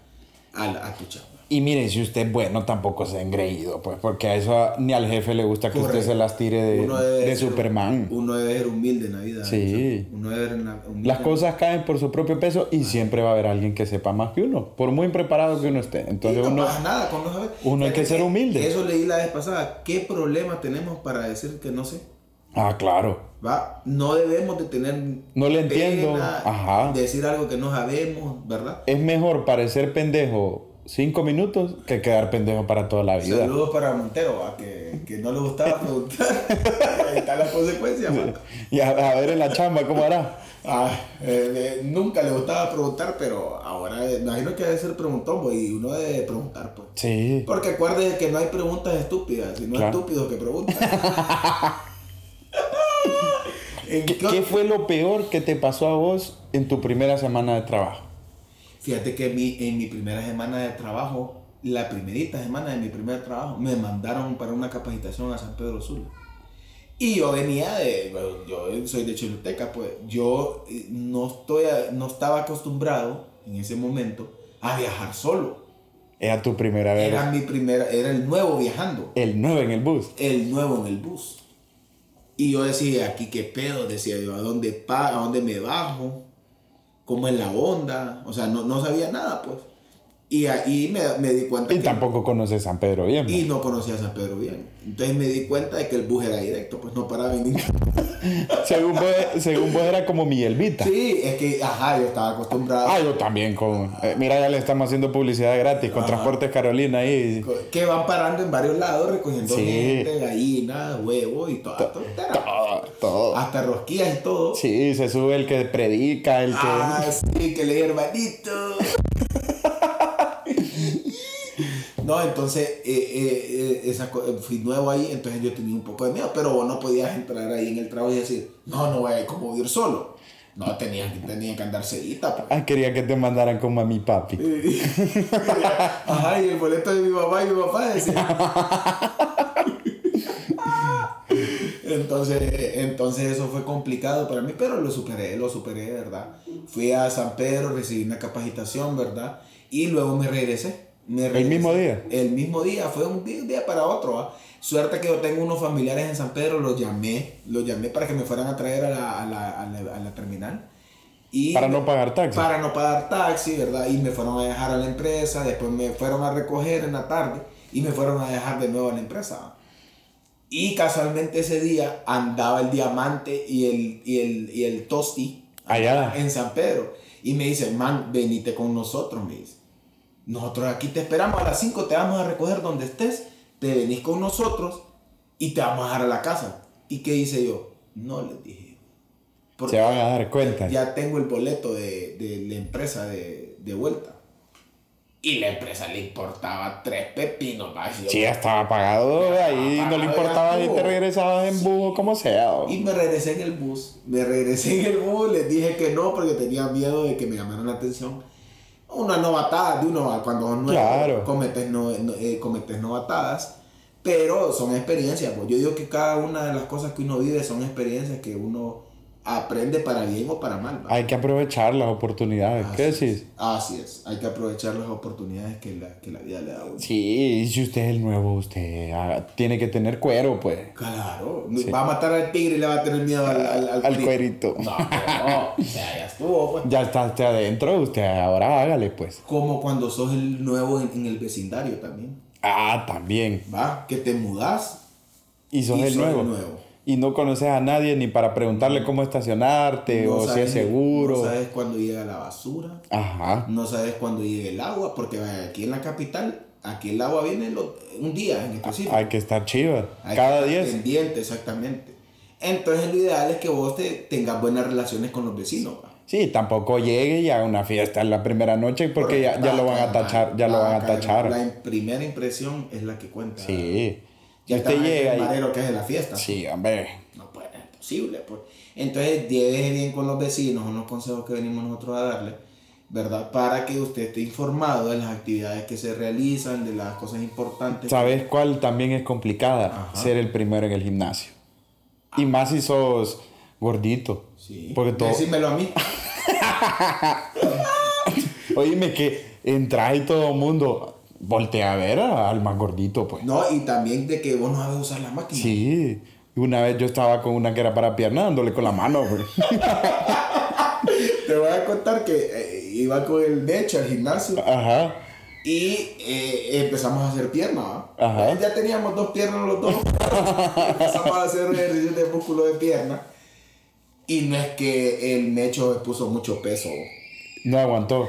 [SPEAKER 2] a, la- a tu chamba.
[SPEAKER 1] Y miren, si usted es bueno, tampoco se ha engreído, pues, porque a eso ni al jefe le gusta que usted
[SPEAKER 2] Correcto.
[SPEAKER 1] se las tire de,
[SPEAKER 2] debe
[SPEAKER 1] de
[SPEAKER 2] ser-
[SPEAKER 1] Superman.
[SPEAKER 2] Uno debe ser humilde en la vida.
[SPEAKER 1] Sí.
[SPEAKER 2] ¿no? Uno debe ser una- humilde.
[SPEAKER 1] Las cosas caen por su propio peso y siempre va a haber alguien que sepa más que uno, por muy preparado que uno esté.
[SPEAKER 2] Y
[SPEAKER 1] Entonces
[SPEAKER 2] no
[SPEAKER 1] uno,
[SPEAKER 2] pasa nada con no saber.
[SPEAKER 1] uno hay que ser humilde.
[SPEAKER 2] Eso leí la vez pasada. ¿Qué problema tenemos para decir que no sé?
[SPEAKER 1] ah, claro,
[SPEAKER 2] ¿va? No debemos de tener
[SPEAKER 1] No le entiendo. Ajá.
[SPEAKER 2] decir algo que no sabemos, ¿verdad?
[SPEAKER 1] es mejor parecer pendejo cinco minutos que quedar pendejo para toda la vida.
[SPEAKER 2] Saludos para Montero, ¿va? Que, que no le gustaba preguntar. Ahí está la consecuencia, ¿va?
[SPEAKER 1] Y a, a ver en la chamba cómo hará.
[SPEAKER 2] Ah, eh, eh, nunca le gustaba preguntar, pero ahora eh, imagino que debe ser preguntón, pues, y uno debe preguntar, pues.
[SPEAKER 1] Sí,
[SPEAKER 2] Porque acuérdese que no hay preguntas estúpidas, sino
[SPEAKER 1] Claro.
[SPEAKER 2] estúpidos que preguntan. ¿En
[SPEAKER 1] ¿Qué,
[SPEAKER 2] qué-
[SPEAKER 1] qué fue lo peor que te pasó a vos en tu primera semana de trabajo?
[SPEAKER 2] Fíjate que mi, en mi primera semana de trabajo, la primerita semana de mi primer trabajo, me mandaron para una capacitación a San Pedro Sula. Y yo venía de, bueno, yo soy de Choluteca, pues yo eh, no, estoy, a- no estaba acostumbrado en ese momento a viajar solo.
[SPEAKER 1] Era tu primera vez.
[SPEAKER 2] Era mi primera, era el nuevo viajando
[SPEAKER 1] El 9 en el bus.
[SPEAKER 2] el nuevo en el bus. Y yo decía, aquí qué pedo, decía yo, ¿a dónde, pa- a dónde me bajo? cómo es la onda. O sea, no, no sabía nada, pues. Y ahí me, me di cuenta.
[SPEAKER 1] Y
[SPEAKER 2] que-
[SPEAKER 1] tampoco conoces San Pedro bien.
[SPEAKER 2] y no conocía a San Pedro bien. Entonces me di cuenta de que el bus era directo, pues no paraba en ningún.
[SPEAKER 1] ¿no? Según, vos, según vos era como mi Elvita.
[SPEAKER 2] Sí, es que, ajá, yo estaba acostumbrado.
[SPEAKER 1] Ah, yo también con... eh, mira, ya le estamos haciendo publicidad gratis con Transportes Carolina ahí.
[SPEAKER 2] Que van parando en varios lados recogiendo
[SPEAKER 1] Sí.
[SPEAKER 2] gente, gallina, huevo y toda tontera.
[SPEAKER 1] Todo, todo.
[SPEAKER 2] Hasta rosquillas y todo.
[SPEAKER 1] Sí, se sube el que predica, el que...
[SPEAKER 2] Ah, sí, que le di hermanito. No, entonces eh, eh, eh, esa co- eh, fui nuevo ahí, entonces yo tenía un poco de miedo, pero vos no podías entrar ahí en el trabajo y decir, no, no voy a ir como ir solo. No, tenía, tenía que andar seguida. pues.
[SPEAKER 1] Ah, quería que te mandaran con mami y papi.
[SPEAKER 2] Ajá, y el boleto de mi papá y mi papá decía. Entonces, entonces eso fue complicado para mí, pero lo superé, lo superé, ¿verdad? Fui a San Pedro, recibí una capacitación, ¿verdad? Y luego me regresé. me regresé.
[SPEAKER 1] mismo día?
[SPEAKER 2] El mismo día, fue un día, un día para otro. ¿ah? Suerte que yo tengo unos familiares en San Pedro, los llamé, los llamé para que me fueran a traer a la, a la- a la- a la terminal. Y
[SPEAKER 1] Para no pagar taxi.
[SPEAKER 2] para no pagar taxi, ¿verdad? Y me fueron a dejar a la empresa, después me fueron a recoger en la tarde y me fueron a dejar de nuevo a la empresa. Y casualmente ese día andaba el diamante y el, y el, y el tosti
[SPEAKER 1] Allá.
[SPEAKER 2] en San Pedro. Y me dice, man, venite con nosotros, me dice. Nosotros aquí te esperamos a las 5, te vamos a recoger donde estés, te venís con nosotros y te vamos a dejar a la casa. ¿Y qué hice yo? No les dije.
[SPEAKER 1] Se van a dar cuenta.
[SPEAKER 2] Ya tengo el boleto de, de la empresa de, de vuelta. Y la empresa le importaba tres pepinos, va, y yo-
[SPEAKER 1] Sí, ah. ya estaba pagado
[SPEAKER 2] Ya
[SPEAKER 1] ahí,
[SPEAKER 2] estaba
[SPEAKER 1] no le
[SPEAKER 2] pagado,
[SPEAKER 1] importaba
[SPEAKER 2] ya
[SPEAKER 1] si te
[SPEAKER 2] estuvo.
[SPEAKER 1] regresabas en búho como sea. o-
[SPEAKER 2] Y me regresé en el bus. Me regresé en el bus, les dije que no porque tenía miedo de que me llamaran la atención. Una novatada de uno cuando son nuevos
[SPEAKER 1] Claro.
[SPEAKER 2] cometes, no, no- eh, cometes novatadas. Pero son experiencias. pues. Yo digo que cada una de las cosas que uno vive son experiencias que uno aprende para bien o para mal. ¿va?
[SPEAKER 1] Hay que aprovechar las oportunidades. ¿Qué
[SPEAKER 2] Así
[SPEAKER 1] decís?
[SPEAKER 2] es. Así es, hay que aprovechar las oportunidades que la, que la vida le da a uno.
[SPEAKER 1] Sí, y si usted es el nuevo, usted ah, tiene que tener cuero, pues.
[SPEAKER 2] Claro, va a matar al tigre y le va a tener miedo al, al,
[SPEAKER 1] Al cuerito.
[SPEAKER 2] No, no, o sea, ya estuvo. pues.
[SPEAKER 1] Ya está usted adentro, usted ahora hágale, pues.
[SPEAKER 2] Como cuando sos el nuevo en, en el vecindario también,
[SPEAKER 1] Ah, también.
[SPEAKER 2] ¿va? Que te mudás
[SPEAKER 1] Y sos,
[SPEAKER 2] y
[SPEAKER 1] el,
[SPEAKER 2] sos
[SPEAKER 1] nuevo.
[SPEAKER 2] el nuevo.
[SPEAKER 1] Y no conoces a nadie ni para preguntarle cómo estacionarte
[SPEAKER 2] No
[SPEAKER 1] Eh, o si
[SPEAKER 2] sabes-
[SPEAKER 1] es seguro.
[SPEAKER 2] No sabes cuándo llega la basura,
[SPEAKER 1] Ajá.
[SPEAKER 2] no sabes cuándo llega el agua, porque vaya, aquí en la capital, aquí el agua viene lo- un día en específico.
[SPEAKER 1] Hay que estar chiva.
[SPEAKER 2] Hay
[SPEAKER 1] Cada
[SPEAKER 2] que estar
[SPEAKER 1] 10.
[SPEAKER 2] Pendiente, exactamente. Entonces lo ideal es que vos te tengas buenas relaciones con los vecinos. pa.
[SPEAKER 1] Sí, tampoco llegue y haga una fiesta en la primera noche porque ya, ya lo van a tachar, ya lo van a
[SPEAKER 2] Acá,
[SPEAKER 1] tachar.
[SPEAKER 2] La primera impresión es la que cuenta.
[SPEAKER 1] Sí. Y
[SPEAKER 2] Ya
[SPEAKER 1] usted
[SPEAKER 2] el
[SPEAKER 1] llega y...
[SPEAKER 2] marero que es de la fiesta.
[SPEAKER 1] Sí, hombre.
[SPEAKER 2] No puede, es imposible. Pues. Entonces, lleve bien con los vecinos, son los consejos que venimos nosotros a darle, ¿verdad? Para que usted esté informado de las actividades que se realizan, de las cosas importantes.
[SPEAKER 1] ¿Sabes cuál también es complicada?
[SPEAKER 2] Ajá. Ah.
[SPEAKER 1] Ser el primero en el gimnasio. Y más si sos gordito.
[SPEAKER 2] Sí.
[SPEAKER 1] Porque todo...
[SPEAKER 2] Decímelo a mí.
[SPEAKER 1] Oíme que entra y todo el mundo voltea a ver a- al más gordito, pues.
[SPEAKER 2] No, y también de que vos no sabes usar la máquina.
[SPEAKER 1] Sí. Una vez yo estaba con una que era para pierna dándole con la mano, pues. güey.
[SPEAKER 2] Te voy a contar que eh, iba con el derecho al gimnasio
[SPEAKER 1] Ajá.
[SPEAKER 2] y eh, empezamos a hacer piernas. ¿va?
[SPEAKER 1] Ajá.
[SPEAKER 2] Ya teníamos dos piernas los dos. empezamos a hacer ejercicios de músculo de pierna. Y no es que el mecho puso mucho peso.
[SPEAKER 1] No aguantó.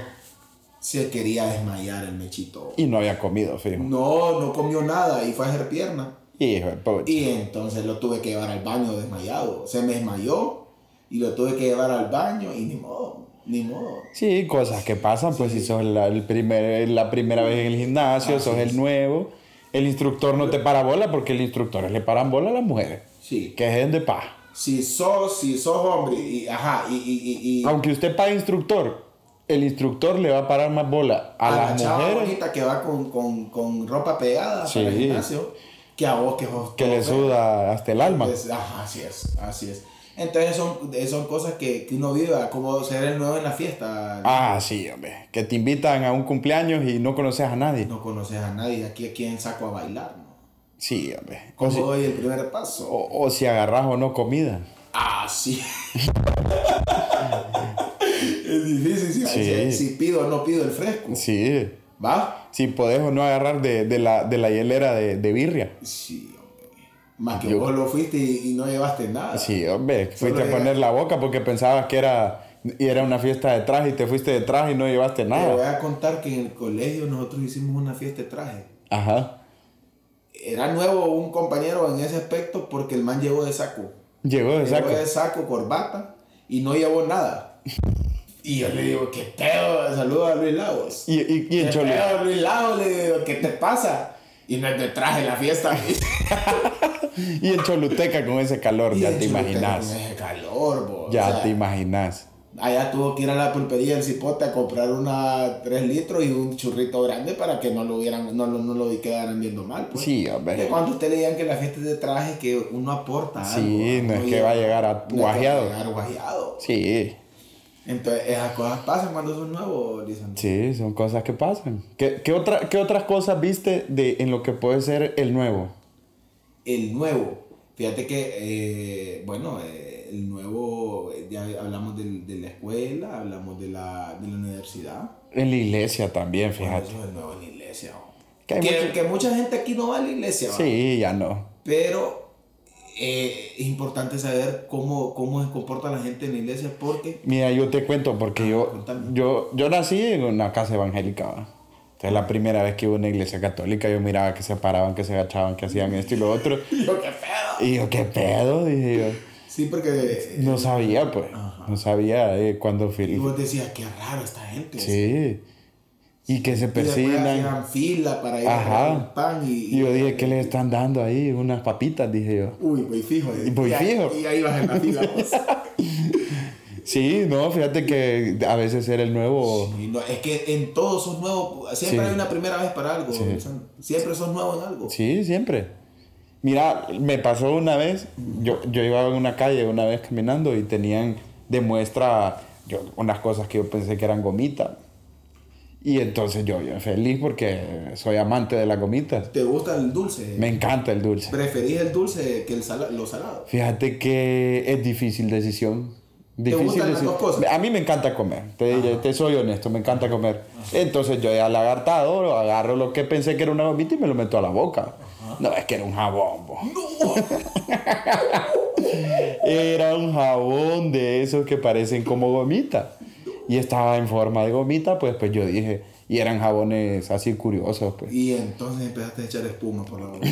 [SPEAKER 2] Se quería desmayar el mechito.
[SPEAKER 1] Y no había comido, fijo.
[SPEAKER 2] No, no comió nada y fue a hacer pierna.
[SPEAKER 1] Hijo de pucha.
[SPEAKER 2] Y entonces lo tuve que llevar al baño desmayado. Se me desmayó y lo tuve que llevar al baño y ni modo, ni modo.
[SPEAKER 1] Sí, cosas que pasan, pues si sos la, el primer, la primera vez en el gimnasio, sos el nuevo, el instructor no te para bola porque el instructor le paran bola a las mujeres,
[SPEAKER 2] Sí.
[SPEAKER 1] que es de paz.
[SPEAKER 2] Si sos, si sos hombre, y, ajá, y, y, y, y
[SPEAKER 1] Aunque usted pague instructor, el instructor le va a parar más bola a, las
[SPEAKER 2] chava
[SPEAKER 1] mujeres
[SPEAKER 2] bonita que va con, con, con ropa pegada
[SPEAKER 1] Sí.
[SPEAKER 2] para el gimnasio, que a vos que sos
[SPEAKER 1] que
[SPEAKER 2] todo
[SPEAKER 1] le
[SPEAKER 2] feo.
[SPEAKER 1] suda hasta el alma.
[SPEAKER 2] Entonces, ajá, así es, así es. Entonces son, eh, son cosas que, que uno viva, como ser el nuevo en la fiesta.
[SPEAKER 1] Ah, sí, hombre, que te invitan a un cumpleaños y no conoces a nadie.
[SPEAKER 2] No conoces a nadie, aquí a quién saco a bailar, ¿no?
[SPEAKER 1] Oh, Sí, Oh. hombre. O
[SPEAKER 2] ¿Cómo
[SPEAKER 1] si,
[SPEAKER 2] doy el primer paso?
[SPEAKER 1] o- o si agarras o no comida.
[SPEAKER 2] Ah, sí. Es difícil si,
[SPEAKER 1] Sí.
[SPEAKER 2] si- si pido o no pido el fresco.
[SPEAKER 1] Sí.
[SPEAKER 2] ¿Va?
[SPEAKER 1] Si podés o no agarrar de, de la, de la hielera de, de birria.
[SPEAKER 2] Sí, hombre. Más que
[SPEAKER 1] Yo-
[SPEAKER 2] vos lo fuiste y, y no llevaste nada.
[SPEAKER 1] Sí, hombre. Fuiste a
[SPEAKER 2] llega-
[SPEAKER 1] poner la boca porque pensabas que era, y era una fiesta de traje y te fuiste de traje y no llevaste
[SPEAKER 2] Te voy
[SPEAKER 1] nada.
[SPEAKER 2] a contar que en el colegio nosotros hicimos una fiesta de traje.
[SPEAKER 1] Ajá.
[SPEAKER 2] Era nuevo un compañero en ese aspecto porque el man llegó de saco.
[SPEAKER 1] Llegó de saco.
[SPEAKER 2] Llegó de saco, corbata y no llevó nada. Y yo le digo, ¿qué pedo? Saludos a Luis Lagos.
[SPEAKER 1] Y, y, y en
[SPEAKER 2] ¿Qué
[SPEAKER 1] Chole.
[SPEAKER 2] pedo, Luis Lagos? Le digo, ¿qué te pasa? Y no es de traje la fiesta.
[SPEAKER 1] Y en Choluteca con ese calor,
[SPEAKER 2] Y
[SPEAKER 1] ya
[SPEAKER 2] el
[SPEAKER 1] te
[SPEAKER 2] chute,
[SPEAKER 1] imaginas.
[SPEAKER 2] con ese calor, bo.
[SPEAKER 1] Ya
[SPEAKER 2] O sea,
[SPEAKER 1] te imaginas.
[SPEAKER 2] Allá tuvo que ir a la pulpería del Cipote a comprar una 3 litros y un churrito grande para que no lo hubieran, no, lo- no lo quedaran viendo mal. Pues.
[SPEAKER 1] Sí,
[SPEAKER 2] Que
[SPEAKER 1] hombre.
[SPEAKER 2] cuando usted le digan que la gente de traje que uno aporta
[SPEAKER 1] Sí,
[SPEAKER 2] algo,
[SPEAKER 1] no es que
[SPEAKER 2] llega-
[SPEAKER 1] va a llegar a-
[SPEAKER 2] no es que va
[SPEAKER 1] guajeado.
[SPEAKER 2] llegar guajeado.
[SPEAKER 1] Sí,
[SPEAKER 2] Entonces, esas cosas pasan cuando son nuevos, dicen.
[SPEAKER 1] sí, son cosas que pasan. ¿Qué, qué otra, qué otras cosas viste de, en lo que puede ser el nuevo?
[SPEAKER 2] El nuevo. Fíjate que, eh, bueno, eh, el nuevo, eh, ya hablamos del- de la escuela, hablamos de la, de la universidad.
[SPEAKER 1] En la iglesia también,
[SPEAKER 2] Bueno,
[SPEAKER 1] fíjate.
[SPEAKER 2] eso es el nuevo en la iglesia. ¿no?
[SPEAKER 1] Que
[SPEAKER 2] Que,
[SPEAKER 1] hay mucho-
[SPEAKER 2] que mucha gente aquí no va a la iglesia. ¿va?
[SPEAKER 1] Sí, ya no.
[SPEAKER 2] Pero eh, es importante saber cómo, cómo se comporta la gente en la iglesia porque...
[SPEAKER 1] Mira, yo te cuento porque yo,
[SPEAKER 2] Ah, Contame.
[SPEAKER 1] yo, yo nací en una casa evangélica. ¿va? Entonces la primera vez que iba a una iglesia católica yo miraba que se paraban, que se agachaban, que hacían esto y lo otro.
[SPEAKER 2] Yo, qué pedo.
[SPEAKER 1] Y yo, ¿qué pedo? Dije yo.
[SPEAKER 2] Sí, porque... eh,
[SPEAKER 1] No sabía, pues. No sabía eh, cuando
[SPEAKER 2] Y
[SPEAKER 1] fui.
[SPEAKER 2] vos decías, qué raro esta gente.
[SPEAKER 1] Sí. Y que se
[SPEAKER 2] Y después
[SPEAKER 1] persignan.
[SPEAKER 2] hacían fila para ir
[SPEAKER 1] Ajá.
[SPEAKER 2] a comprar pan y...
[SPEAKER 1] Y yo dije, ¿qué le están dando ahí? Unas papitas, dije yo.
[SPEAKER 2] Uy, voy fijo.
[SPEAKER 1] Y voy
[SPEAKER 2] ahí-
[SPEAKER 1] fijo.
[SPEAKER 2] Y ahí vas en la fila. vos.
[SPEAKER 1] Sí, no, fíjate que a veces era el nuevo.
[SPEAKER 2] Y no, es que en todo sos nuevo. Siempre
[SPEAKER 1] Sí.
[SPEAKER 2] hay una primera vez para algo. o sea, Siempre sos nuevo en algo.
[SPEAKER 1] Sí, siempre. Mira, me pasó una vez, yo, yo iba en una calle una vez caminando y tenían de muestra yo, unas cosas que yo pensé que eran gomitas. Y entonces yo, bien feliz porque soy amante de las gomitas.
[SPEAKER 2] ¿Te gusta el dulce?
[SPEAKER 1] Me encanta el dulce.
[SPEAKER 2] ¿Preferís el dulce que el sala- lo salado?
[SPEAKER 1] Fíjate que es difícil decisión. Difícil
[SPEAKER 2] gustan las
[SPEAKER 1] decisión.
[SPEAKER 2] dos cosas?
[SPEAKER 1] A mí me encanta comer, te, te soy honesto, me encanta comer. Entonces yo ya lagartado, lo agarro lo que pensé que era una gomita y me lo meto a la boca. No, es que era un jabón. bo. era un jabón de esos que parecen como gomita. Y estaba en forma de gomita, pues, pues yo dije, y eran jabones así curiosos, pues.
[SPEAKER 2] Y entonces empezaste a echar espuma por la boca.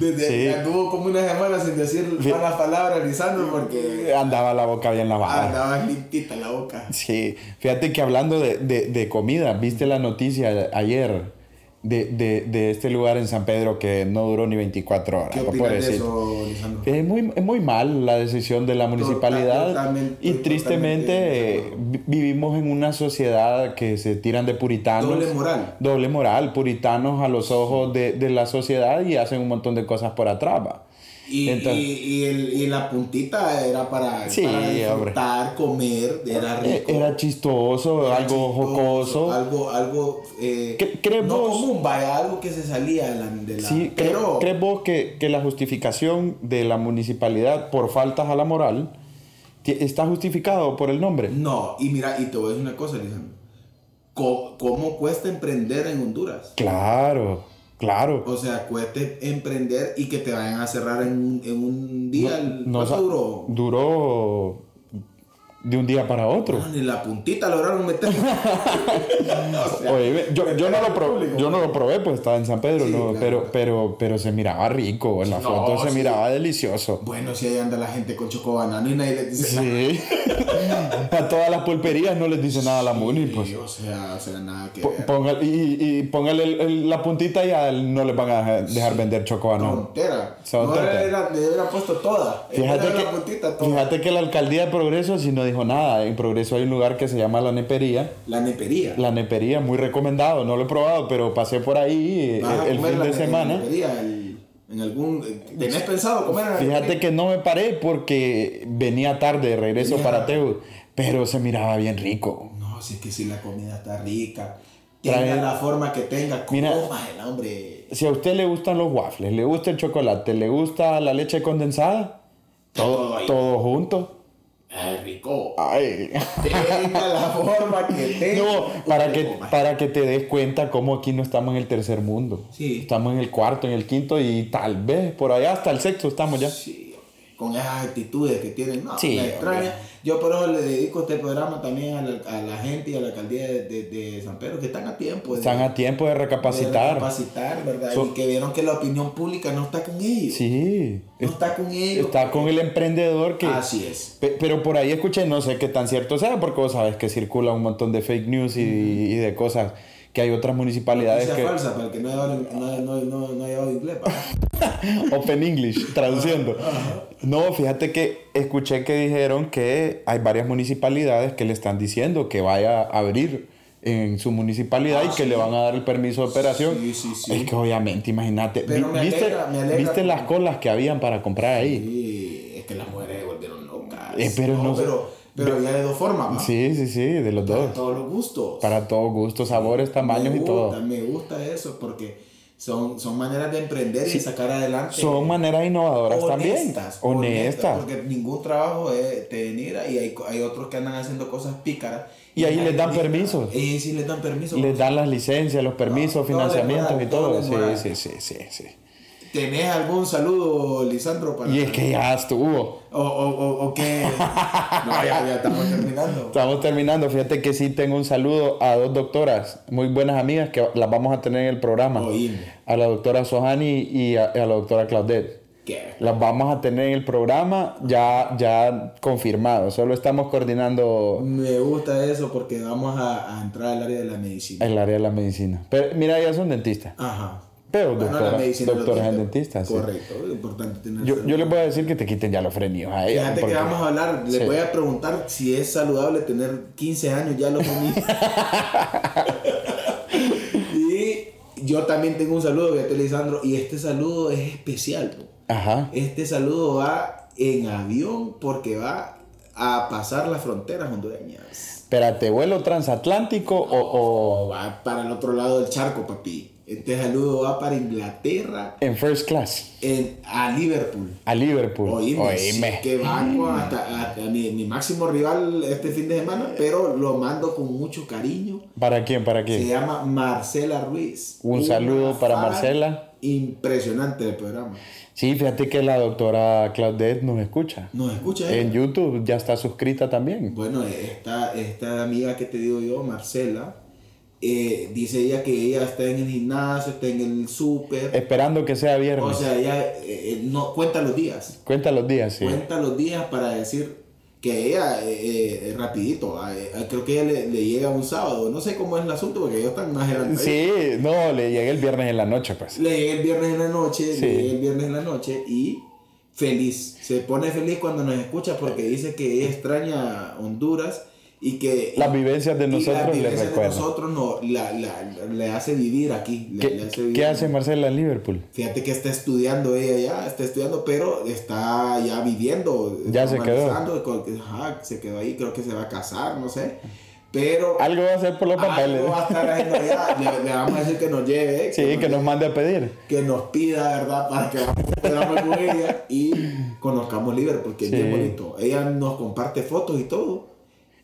[SPEAKER 2] Desde
[SPEAKER 1] Sí.
[SPEAKER 2] ya tuvo como una semana sin decir malas palabras, Lisandro, porque
[SPEAKER 1] Andaba la boca bien lavada.
[SPEAKER 2] andaba limpita la boca.
[SPEAKER 1] Ah. Sí, fíjate que hablando de, de- de comida, viste la noticia ayer de, de- de este lugar en San Pedro que no duró ni 24 horas.
[SPEAKER 2] ¿Qué opinas de
[SPEAKER 1] ah, pobrecito.
[SPEAKER 2] eso, Lisandro?
[SPEAKER 1] Es muy, es muy mal la decisión de la municipalidad
[SPEAKER 2] totalmente,
[SPEAKER 1] y
[SPEAKER 2] totalmente
[SPEAKER 1] tristemente
[SPEAKER 2] de
[SPEAKER 1] eh,
[SPEAKER 2] acuerdo.
[SPEAKER 1] vi- vivimos en una sociedad que se tiran de puritanos.
[SPEAKER 2] Doble moral.
[SPEAKER 1] Doble moral, puritanos a los ojos de, de la sociedad y hacen un montón de cosas por atrás. va.
[SPEAKER 2] Y,
[SPEAKER 1] Entonces-
[SPEAKER 2] y, y el- y la puntita era para,
[SPEAKER 1] Sí,
[SPEAKER 2] para
[SPEAKER 1] hombre.
[SPEAKER 2] disfrutar, comer, era
[SPEAKER 1] Eh,
[SPEAKER 2] rico.
[SPEAKER 1] Era chistoso,
[SPEAKER 2] era
[SPEAKER 1] algo
[SPEAKER 2] chistoso,
[SPEAKER 1] jocoso.
[SPEAKER 2] Algo, algo eh,
[SPEAKER 1] ¿Qué- crees
[SPEAKER 2] no
[SPEAKER 1] vos?
[SPEAKER 2] común, vaya, algo que se salía de la... de la-
[SPEAKER 1] Sí, cre-
[SPEAKER 2] pero...
[SPEAKER 1] ¿crees vos que, que la justificación de la municipalidad por faltas a la moral ti- está justificado por el nombre?
[SPEAKER 2] No, y mira, y te voy a decir una cosa, Lisandro. Co- ¿Cómo, cuesta emprender en Honduras?
[SPEAKER 1] Claro, claro.
[SPEAKER 2] O sea, cuesta emprender y que te vayan a cerrar en, un- en un día. el
[SPEAKER 1] No
[SPEAKER 2] ¿cuánto
[SPEAKER 1] sa-
[SPEAKER 2] Pues, duró?
[SPEAKER 1] Duró de un día para otro.
[SPEAKER 2] Ah, Ni la puntita lograron meter. O sea,
[SPEAKER 1] Oye, yo, yo no lo probé,
[SPEAKER 2] público,
[SPEAKER 1] yo no lo probé, pues estaba en San Pedro,
[SPEAKER 2] Sí,
[SPEAKER 1] no,
[SPEAKER 2] claro.
[SPEAKER 1] pero, pero, pero se miraba rico, en la
[SPEAKER 2] No,
[SPEAKER 1] foto se
[SPEAKER 2] sí.
[SPEAKER 1] miraba delicioso.
[SPEAKER 2] Bueno, si ahí anda la gente con chocobanano y nadie les dice nada.
[SPEAKER 1] Sí. a todas las pulperías no les dice nada a la muni, pues.
[SPEAKER 2] Sí, o sea, o sea, nada que
[SPEAKER 1] Po-
[SPEAKER 2] ver.
[SPEAKER 1] póngale- y, y póngale el- el- la puntita y a él no le van a dejar- dejar vender chocobanón.
[SPEAKER 2] Tontera.
[SPEAKER 1] Son
[SPEAKER 2] no
[SPEAKER 1] tonteras.
[SPEAKER 2] le hubieran- le hubieran puesto toda.
[SPEAKER 1] Fíjate
[SPEAKER 2] Era
[SPEAKER 1] que,
[SPEAKER 2] la puntita toda.
[SPEAKER 1] fíjate que la alcaldía de Progreso sí no dijo nada. En Progreso hay un lugar que se llama La Nepería.
[SPEAKER 2] La nepería.
[SPEAKER 1] La Nepería, muy recomendado. No lo he probado, pero pasé por ahí eh,
[SPEAKER 2] Vas a
[SPEAKER 1] el,
[SPEAKER 2] comer
[SPEAKER 1] fin
[SPEAKER 2] la
[SPEAKER 1] de
[SPEAKER 2] ne-
[SPEAKER 1] semana.
[SPEAKER 2] nepería, el- en algún, ¿Tenés pensado comer en la
[SPEAKER 1] Fíjate que no me paré porque venía tarde de regreso
[SPEAKER 2] Venía
[SPEAKER 1] para
[SPEAKER 2] tarde.
[SPEAKER 1] Teu, pero se miraba bien rico.
[SPEAKER 2] No, si es que si la comida está rica,
[SPEAKER 1] Trae-
[SPEAKER 2] tenga la forma que tenga,
[SPEAKER 1] Mira.
[SPEAKER 2] coma el hombre.
[SPEAKER 1] Si a usted le gustan los waffles, le gusta el chocolate, le gusta la leche condensada,
[SPEAKER 2] Está
[SPEAKER 1] todo,
[SPEAKER 2] todo ahí.
[SPEAKER 1] todo junto.
[SPEAKER 2] Ay, rico.
[SPEAKER 1] Ay.
[SPEAKER 2] Tenga la forma que tenga.
[SPEAKER 1] No, para que,
[SPEAKER 2] Rico, maje.
[SPEAKER 1] para que te des cuenta cómo aquí no estamos en el tercer mundo.
[SPEAKER 2] Sí.
[SPEAKER 1] Estamos en el cuarto, en el quinto y tal vez por allá hasta el sexto estamos ya.
[SPEAKER 2] Sí, con esas actitudes que tienen, no,
[SPEAKER 1] Sí,
[SPEAKER 2] me
[SPEAKER 1] hombre.
[SPEAKER 2] extraña. Yo por eso le dedico este programa también a la, a la gente y a la alcaldía de, de- de San Pedro, que están a tiempo. de-
[SPEAKER 1] Están a tiempo de
[SPEAKER 2] de
[SPEAKER 1] recapacitar.
[SPEAKER 2] recapacitar, ¿verdad?
[SPEAKER 1] Son-
[SPEAKER 2] Y que vieron que la opinión pública no está con ellos.
[SPEAKER 1] Sí.
[SPEAKER 2] No está con ellos.
[SPEAKER 1] Está con el emprendedor que...
[SPEAKER 2] Así es.
[SPEAKER 1] Pe- Pero por ahí escuché, no sé qué tan cierto sea, porque vos sabes que circula un montón de fake news y, y de cosas que hay otras municipalidades
[SPEAKER 2] Noticia
[SPEAKER 1] que...
[SPEAKER 2] falsa, para el que no ha llevado, no, no, no, no ha llevado inglés. pa.
[SPEAKER 1] Open English, traduciendo. No, fíjate que escuché que dijeron que hay varias municipalidades que le están diciendo que vaya a abrir en su municipalidad
[SPEAKER 2] Ah,
[SPEAKER 1] y que
[SPEAKER 2] sí.
[SPEAKER 1] le van a dar el permiso de operación.
[SPEAKER 2] Sí, sí, sí.
[SPEAKER 1] Es que obviamente, imagínate,
[SPEAKER 2] Pero
[SPEAKER 1] vi-
[SPEAKER 2] me
[SPEAKER 1] viste,
[SPEAKER 2] alegra, me alegra.
[SPEAKER 1] viste las colas que habían para comprar ahí.
[SPEAKER 2] Y es que las mujeres se volvieron locas.
[SPEAKER 1] Eh, pero no-
[SPEAKER 2] pero, pero ya de dos formas, pa.
[SPEAKER 1] Sí, sí, sí, de los
[SPEAKER 2] Para
[SPEAKER 1] dos.
[SPEAKER 2] todos los gustos.
[SPEAKER 1] Para todos gustos, sabores, tamaños
[SPEAKER 2] me
[SPEAKER 1] y
[SPEAKER 2] gusta,
[SPEAKER 1] todo.
[SPEAKER 2] Me gusta eso porque son, son maneras de emprender y sacar adelante.
[SPEAKER 1] Son maneras innovadoras también.
[SPEAKER 2] honestas,
[SPEAKER 1] Honestas.
[SPEAKER 2] Porque ningún trabajo es- te denigra y hay, co- hay otros que andan haciendo cosas pícaras.
[SPEAKER 1] Y ahí les dan
[SPEAKER 2] nadie-
[SPEAKER 1] permisos.
[SPEAKER 2] Y Eh, sí les dan permisos.
[SPEAKER 1] Les dan las licencias, los permisos,
[SPEAKER 2] todo
[SPEAKER 1] financiamientos
[SPEAKER 2] legal,
[SPEAKER 1] y
[SPEAKER 2] todo
[SPEAKER 1] todo.
[SPEAKER 2] legal.
[SPEAKER 1] Sí, sí, sí, sí, sí.
[SPEAKER 2] ¿Tenés algún saludo, Lisandro? Para
[SPEAKER 1] Y es que ya estuvo.
[SPEAKER 2] O, o, o, o qué. no, ya, ya estamos terminando.
[SPEAKER 1] Estamos terminando. Fíjate que sí tengo un saludo a dos doctoras, muy buenas amigas, que las vamos a tener en el programa.
[SPEAKER 2] Oíme.
[SPEAKER 1] A la doctora Sohani y a, a la doctora Claudette.
[SPEAKER 2] ¿Qué?
[SPEAKER 1] Las vamos a tener en el programa ya, ya confirmado. Solo estamos coordinando
[SPEAKER 2] Me gusta eso porque vamos a, a entrar al área de la medicina.
[SPEAKER 1] el área de la medicina. Pero mira, ellas son dentistas.
[SPEAKER 2] Ajá.
[SPEAKER 1] Pero
[SPEAKER 2] Bueno, la
[SPEAKER 1] doctoras,
[SPEAKER 2] medicina
[SPEAKER 1] doctoras
[SPEAKER 2] es
[SPEAKER 1] en
[SPEAKER 2] lo
[SPEAKER 1] dentistas. sí.
[SPEAKER 2] Correcto, es importante tener
[SPEAKER 1] Yo,
[SPEAKER 2] salud.
[SPEAKER 1] yo les voy a decir que te quiten ya los frenillos a ellas.
[SPEAKER 2] Fíjate que
[SPEAKER 1] porque-
[SPEAKER 2] vamos a hablar, les
[SPEAKER 1] Sí.
[SPEAKER 2] voy a preguntar si es saludable tener 15 años ya los comí. y yo también tengo un saludo, fíjate Lisandro, y este saludo es especial. ¿no?
[SPEAKER 1] Ajá.
[SPEAKER 2] Este saludo va en avión porque va a pasar las fronteras hondureñas.
[SPEAKER 1] Espérate, vuelo transatlántico o, o
[SPEAKER 2] O va para el otro lado del charco, papi. Este saludo va para Inglaterra,
[SPEAKER 1] en first class
[SPEAKER 2] en, a Liverpool.
[SPEAKER 1] a Liverpool.
[SPEAKER 2] Oíme,
[SPEAKER 1] Oíme.
[SPEAKER 2] sí, que banco hasta, hasta mi, mi máximo rival este fin de semana, pero lo mando con mucho cariño.
[SPEAKER 1] ¿Para quién? ¿Para
[SPEAKER 2] Se
[SPEAKER 1] quién?
[SPEAKER 2] llama Marcela Ruiz.
[SPEAKER 1] Un
[SPEAKER 2] Una
[SPEAKER 1] saludo para
[SPEAKER 2] fan
[SPEAKER 1] Marcela.
[SPEAKER 2] Impresionante el programa.
[SPEAKER 1] Sí, fíjate que la doctora Claudette nos escucha.
[SPEAKER 2] ¿Nos escucha? eh?
[SPEAKER 1] En
[SPEAKER 2] ella?
[SPEAKER 1] YouTube ya está suscrita también.
[SPEAKER 2] Bueno, esta, esta amiga que te digo yo, Marcela, eh, dice ella que ella está en el gimnasio, está en el súper.
[SPEAKER 1] Esperando que sea
[SPEAKER 2] O
[SPEAKER 1] viernes.
[SPEAKER 2] sea, ella eh, eh, no cuenta los días.
[SPEAKER 1] Cuenta los días, sí.
[SPEAKER 2] cuenta los días para decir que ella, eh, eh, rapidito, ah, eh, creo que ella le, le llega un sábado, no sé cómo es el asunto porque ellos están más adelantados.
[SPEAKER 1] Sí, no, le llegué el viernes en la noche, pues.
[SPEAKER 2] Le llega el viernes en la noche,
[SPEAKER 1] Sí.
[SPEAKER 2] le llega el viernes en la noche y feliz, se pone feliz cuando nos escucha porque dice que ella extraña Honduras y que...
[SPEAKER 1] Las vivencias de
[SPEAKER 2] y la
[SPEAKER 1] nosotros le
[SPEAKER 2] vivencia de
[SPEAKER 1] recuerdan.
[SPEAKER 2] nosotros no, la, la- le hace vivir aquí. le- le
[SPEAKER 1] ¿Qué,
[SPEAKER 2] hace vivir
[SPEAKER 1] qué hace Marcela en Liverpool?
[SPEAKER 2] Fíjate que está estudiando ella ya, está estudiando, pero está ya viviendo.
[SPEAKER 1] Ya se quedó.
[SPEAKER 2] normalizando, con- ajá, se quedó ahí, creo que se va a casar, no sé. Pero
[SPEAKER 1] Algo va a hacer por los papeles.
[SPEAKER 2] algo va a estar haciendo allá. Le, le vamos a decir que nos lleve, eh,
[SPEAKER 1] Sí, que nos
[SPEAKER 2] lleve,
[SPEAKER 1] mande a pedir.
[SPEAKER 2] que nos pida, ¿verdad? Para que vamos con ella y conozcamos Liverpool, porque
[SPEAKER 1] Sí.
[SPEAKER 2] es bien bonito. Ella nos comparte fotos y todo.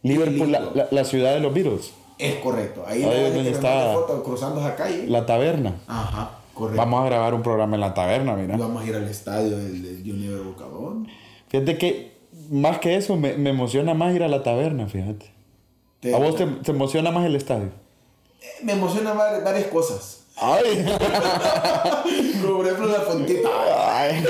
[SPEAKER 1] Liverpool, la,
[SPEAKER 2] lindo.
[SPEAKER 1] la- la ciudad de los Beatles.
[SPEAKER 2] Es correcto. Ahí
[SPEAKER 1] Ahí
[SPEAKER 2] le
[SPEAKER 1] es
[SPEAKER 2] que
[SPEAKER 1] donde
[SPEAKER 2] nos
[SPEAKER 1] está.
[SPEAKER 2] mande fotos cruzando esa calle.
[SPEAKER 1] La taberna.
[SPEAKER 2] Ajá, correcto.
[SPEAKER 1] Vamos a grabar un programa en la taberna, mira.
[SPEAKER 2] Vamos a ir al estadio del, del Junior Bucabón.
[SPEAKER 1] Fíjate que más que eso, me, me emociona más ir a la taberna, fíjate.
[SPEAKER 2] Te-
[SPEAKER 1] ¿A vos te, te emociona más el estadio?
[SPEAKER 2] Me emociona var- varias cosas.
[SPEAKER 1] ¡Ay!
[SPEAKER 2] Como por ejemplo la fontita.
[SPEAKER 1] Ay.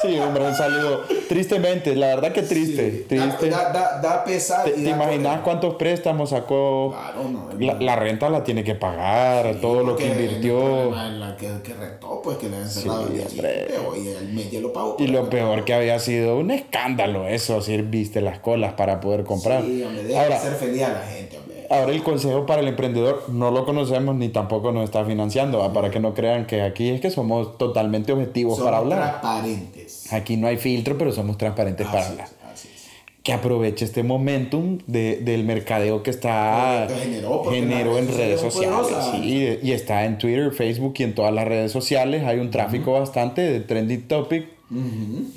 [SPEAKER 1] Sí, hombre, un saludo. Tristemente, la verdad que triste,
[SPEAKER 2] Sí, eh. da-
[SPEAKER 1] triste.
[SPEAKER 2] Da, da- da pesar.
[SPEAKER 1] ¿Te,
[SPEAKER 2] y
[SPEAKER 1] te
[SPEAKER 2] da
[SPEAKER 1] imaginas
[SPEAKER 2] cólera.
[SPEAKER 1] cuántos préstamos sacó?
[SPEAKER 2] Claro, no.
[SPEAKER 1] La, la renta la tiene que pagar, todo lo que
[SPEAKER 2] Porque el
[SPEAKER 1] invirtió.
[SPEAKER 2] problema es la que, que retó, pues que le han cerrado el día
[SPEAKER 1] hombre.
[SPEAKER 2] siguiente, o, y el mes ya lo pagó.
[SPEAKER 1] Y lo peor que había sido un escándalo eso, si viste las colas para poder comprar.
[SPEAKER 2] Sí, hombre, deja de
[SPEAKER 1] Ahora,
[SPEAKER 2] ser feliz a la gente, hombre.
[SPEAKER 1] Ahora el consejo para el emprendedor no lo conocemos ni tampoco nos está financiando, ¿va? para que no crean que aquí es que somos totalmente objetivos
[SPEAKER 2] Somos Ah,
[SPEAKER 1] para hablar.
[SPEAKER 2] transparentes.
[SPEAKER 1] Aquí no hay filtro, pero somos transparentes para
[SPEAKER 2] Así
[SPEAKER 1] hablar.
[SPEAKER 2] es, así es.
[SPEAKER 1] Que aproveche este momentum de- del mercadeo que está
[SPEAKER 2] Correcto, generó, porque
[SPEAKER 1] generó
[SPEAKER 2] las
[SPEAKER 1] en redes
[SPEAKER 2] redes sociales son
[SPEAKER 1] sociales. sí, y está en Twitter, Facebook y en todas las redes sociales. Hay un tráfico bastante de trending topic.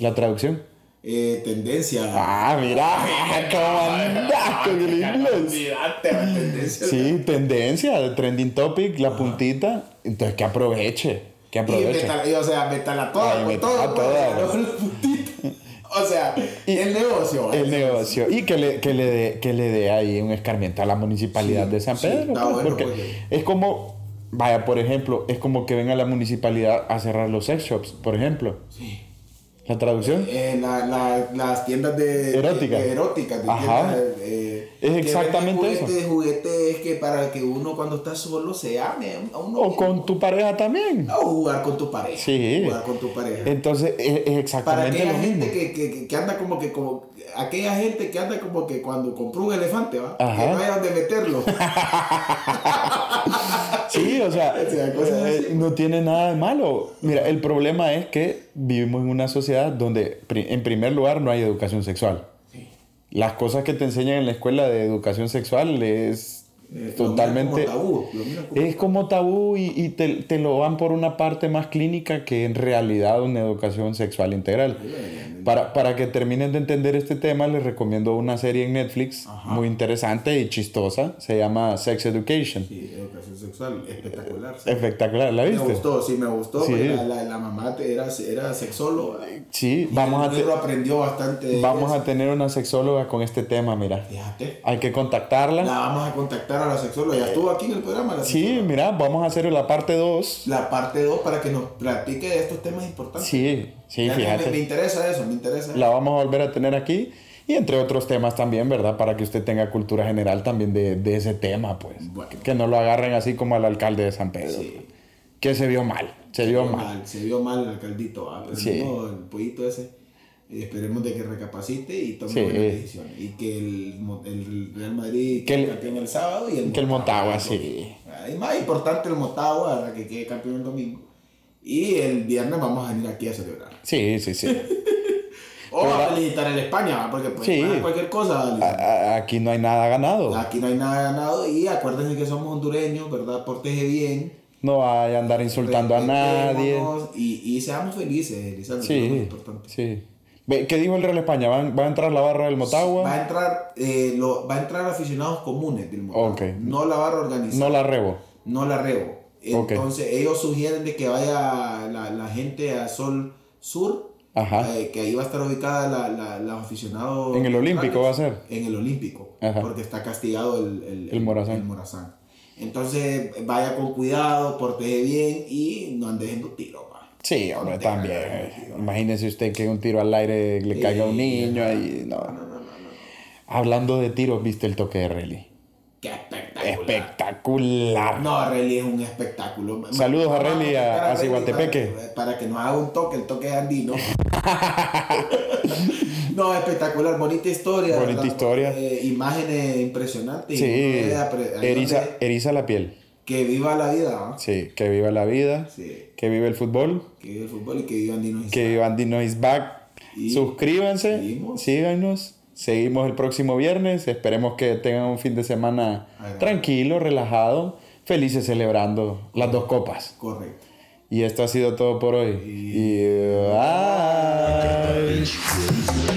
[SPEAKER 1] La traducción.
[SPEAKER 2] eh, tendencia.
[SPEAKER 1] Ah, mira, cómo andas con el inglés.
[SPEAKER 2] tendencia.
[SPEAKER 1] Sí, tendencia, el trending topic, la puntita. Entonces que aproveche, que
[SPEAKER 2] Y
[SPEAKER 1] aproveche.
[SPEAKER 2] métala- y, o sea, métala toda,
[SPEAKER 1] Ay,
[SPEAKER 2] con
[SPEAKER 1] métala
[SPEAKER 2] todo, con
[SPEAKER 1] toda,
[SPEAKER 2] la- con la puntita. O sea, el negocio.
[SPEAKER 1] El negocio. Y que le, que le dé que le dé ahí un escarmiento a la municipalidad
[SPEAKER 2] Sí,
[SPEAKER 1] de San
[SPEAKER 2] sí,
[SPEAKER 1] Pedro.
[SPEAKER 2] está
[SPEAKER 1] pues,
[SPEAKER 2] bueno,
[SPEAKER 1] porque
[SPEAKER 2] pues.
[SPEAKER 1] es como, vaya, por ejemplo, es como que venga la municipalidad a cerrar los sex shops, por ejemplo.
[SPEAKER 2] Sí.
[SPEAKER 1] La traducción.
[SPEAKER 2] Eh, la- la- las tiendas de
[SPEAKER 1] Erótica.
[SPEAKER 2] de- de eróticas, de
[SPEAKER 1] Ajá.
[SPEAKER 2] tiendas, eh,
[SPEAKER 1] Es
[SPEAKER 2] que
[SPEAKER 1] exactamente
[SPEAKER 2] venden
[SPEAKER 1] eso.
[SPEAKER 2] juguetes, Juguetes que para que uno cuando está solo se ame a uno
[SPEAKER 1] O
[SPEAKER 2] mismo.
[SPEAKER 1] con tu pareja también.
[SPEAKER 2] O jugar con tu pareja.
[SPEAKER 1] Sí.
[SPEAKER 2] Jugar con tu pareja.
[SPEAKER 1] Entonces es, es
[SPEAKER 2] eh. Para
[SPEAKER 1] exactamente
[SPEAKER 2] aquella
[SPEAKER 1] lo mismo.
[SPEAKER 2] gente que, que, que anda como que como aquella gente que anda como que cuando compró un elefante, ¿va?
[SPEAKER 1] Ajá.
[SPEAKER 2] Que no hay donde meterlo.
[SPEAKER 1] Sí, o sea,
[SPEAKER 2] O sea, cosas
[SPEAKER 1] eh,
[SPEAKER 2] así.
[SPEAKER 1] no tiene nada de malo. Mira, el problema es que vivimos en una sociedad donde, pri- en primer lugar, no hay educación sexual. Las cosas que te enseñan en la escuela de educación sexual es
[SPEAKER 2] Eh, lo miran como
[SPEAKER 1] totalmente... Eh,
[SPEAKER 2] tabú, lo miran como-
[SPEAKER 1] Es como tabú y, y te, te lo van por una parte más clínica que en realidad una educación sexual integral. Para, para que terminen de entender este tema, les recomiendo una serie en Netflix muy interesante y chistosa. Se llama Sex Education.
[SPEAKER 2] Sí, educación sexual, espectacular. sí.
[SPEAKER 1] Espectacular, ¿la
[SPEAKER 2] Me
[SPEAKER 1] eh, viste?
[SPEAKER 2] gustó, sí, me gustó.
[SPEAKER 1] Sí.
[SPEAKER 2] porque La, la- la mamá te- era, era sexóloga.
[SPEAKER 1] Sí, vamos a,
[SPEAKER 2] El
[SPEAKER 1] te-
[SPEAKER 2] negro aprendió bastante. de
[SPEAKER 1] vamos
[SPEAKER 2] eso.
[SPEAKER 1] a tener una sexóloga con este tema, mira.
[SPEAKER 2] Fíjate.
[SPEAKER 1] Hay que
[SPEAKER 2] La
[SPEAKER 1] contactarla.
[SPEAKER 2] vamos a contactar a la sexóloga. Ya estuvo aquí en el programa. La,
[SPEAKER 1] Eh, Sí,
[SPEAKER 2] sexóloga.
[SPEAKER 1] mira, vamos a hacer la parte 2.
[SPEAKER 2] la parte 2 para que nos platique de estos temas importantes.
[SPEAKER 1] Sí, sí,
[SPEAKER 2] Ya que me, me
[SPEAKER 1] fíjate.
[SPEAKER 2] interesa eso, me interesa.
[SPEAKER 1] La vamos a volver a tener aquí. Y entre otros temas también, ¿verdad? Para que usted tenga cultura general también de, de ese tema, pues.
[SPEAKER 2] Bueno.
[SPEAKER 1] Que no lo agarren así como al alcalde de San Pedro.
[SPEAKER 2] Sí.
[SPEAKER 1] Que se vio mal, se vio mal.
[SPEAKER 2] Se vio mal el alcaldito, ah, pero
[SPEAKER 1] Sí.
[SPEAKER 2] no, el pollito ese. eh, Esperemos de que recapacite y tome
[SPEAKER 1] Sí. eh.
[SPEAKER 2] buenas decisiones. Y que el, Mo- el Real Madrid
[SPEAKER 1] Que
[SPEAKER 2] quede
[SPEAKER 1] el-
[SPEAKER 2] campeón el sábado y el
[SPEAKER 1] Que el Motagua,
[SPEAKER 2] el domingo.
[SPEAKER 1] sí.
[SPEAKER 2] Ah, Y más importante el Motagua, ¿verdad? que quede campeón el domingo. Y el viernes vamos a venir aquí a celebrar.
[SPEAKER 1] Sí, sí, sí.
[SPEAKER 2] O
[SPEAKER 1] Pero-
[SPEAKER 2] a felicitar al España, ¿verdad? porque pues,
[SPEAKER 1] Sí.
[SPEAKER 2] para cualquier cosa.
[SPEAKER 1] A-
[SPEAKER 2] ¿verdad?
[SPEAKER 1] a- aquí no hay nada ganado.
[SPEAKER 2] Aquí no hay nada ganado y acuérdense que somos hondureños, ¿verdad? Porteje bien.
[SPEAKER 1] No vaya a andar insultando a nadie.
[SPEAKER 2] Respetémonos Y, y seamos felices, Elizabeth. que es lo más
[SPEAKER 1] Sí,
[SPEAKER 2] importante.
[SPEAKER 1] sí. Ve, ¿Qué dijo el Real España? ¿Va, va a entrar la barra del
[SPEAKER 2] Va
[SPEAKER 1] Motagua?
[SPEAKER 2] a entrar, eh, lo, va a entrar aficionados comunes del Motagua.
[SPEAKER 1] Ok.
[SPEAKER 2] No la barra organizada,
[SPEAKER 1] No la rebo.
[SPEAKER 2] no, la rebo.
[SPEAKER 1] Ok.
[SPEAKER 2] Entonces ellos sugieren de que vaya la, la gente a Sol Sur,
[SPEAKER 1] Ajá.
[SPEAKER 2] eh, que ahí va a estar ubicada la, la, los aficionados.
[SPEAKER 1] En el Olímpico va a ser.
[SPEAKER 2] En el Olímpico,
[SPEAKER 1] Ajá.
[SPEAKER 2] porque está castigado el, el,
[SPEAKER 1] El Morazán.
[SPEAKER 2] el Morazán. Entonces vaya con cuidado, porteje bien y no andes en tu tiro. va.
[SPEAKER 1] Sí, hombre, también. Imagínese usted que un tiro al aire le
[SPEAKER 2] Sí.
[SPEAKER 1] caiga a un niño ahí. No.
[SPEAKER 2] Eh, No, no, no, no.
[SPEAKER 1] Hablando de tiros, ¿viste el toque de Relly?
[SPEAKER 2] Qué espectacular.
[SPEAKER 1] Espectacular.
[SPEAKER 2] No, Relly es un espectáculo.
[SPEAKER 1] Saludos a
[SPEAKER 2] Vamos
[SPEAKER 1] Relly, a-
[SPEAKER 2] buscar
[SPEAKER 1] a Ciguatepeque.
[SPEAKER 2] Para, para que nos haga un toque, el toque andino. no, espectacular, bonita historia.
[SPEAKER 1] Bonita
[SPEAKER 2] ¿verdad?
[SPEAKER 1] historia.
[SPEAKER 2] Eh, imágenes impresionantes. y uno
[SPEAKER 1] Sí.
[SPEAKER 2] debe apre- ahí
[SPEAKER 1] Eriza,
[SPEAKER 2] donde-
[SPEAKER 1] eriza la piel.
[SPEAKER 2] Que viva la vida. ¿no?
[SPEAKER 1] Sí, que viva la vida.
[SPEAKER 2] Sí,
[SPEAKER 1] Que viva el fútbol.
[SPEAKER 2] que viva el fútbol y que viva Andino.
[SPEAKER 1] Que viva Andino is back.
[SPEAKER 2] Y-
[SPEAKER 1] Suscríbanse.
[SPEAKER 2] seguimos.
[SPEAKER 1] Síganos. Seguimos el próximo viernes. Esperemos que tengan un fin de semana
[SPEAKER 2] Agradable.
[SPEAKER 1] tranquilo, relajado. Felices celebrando las dos copas.
[SPEAKER 2] Correcto.
[SPEAKER 1] eh, Y esto ha sido todo por hoy. Y, bye.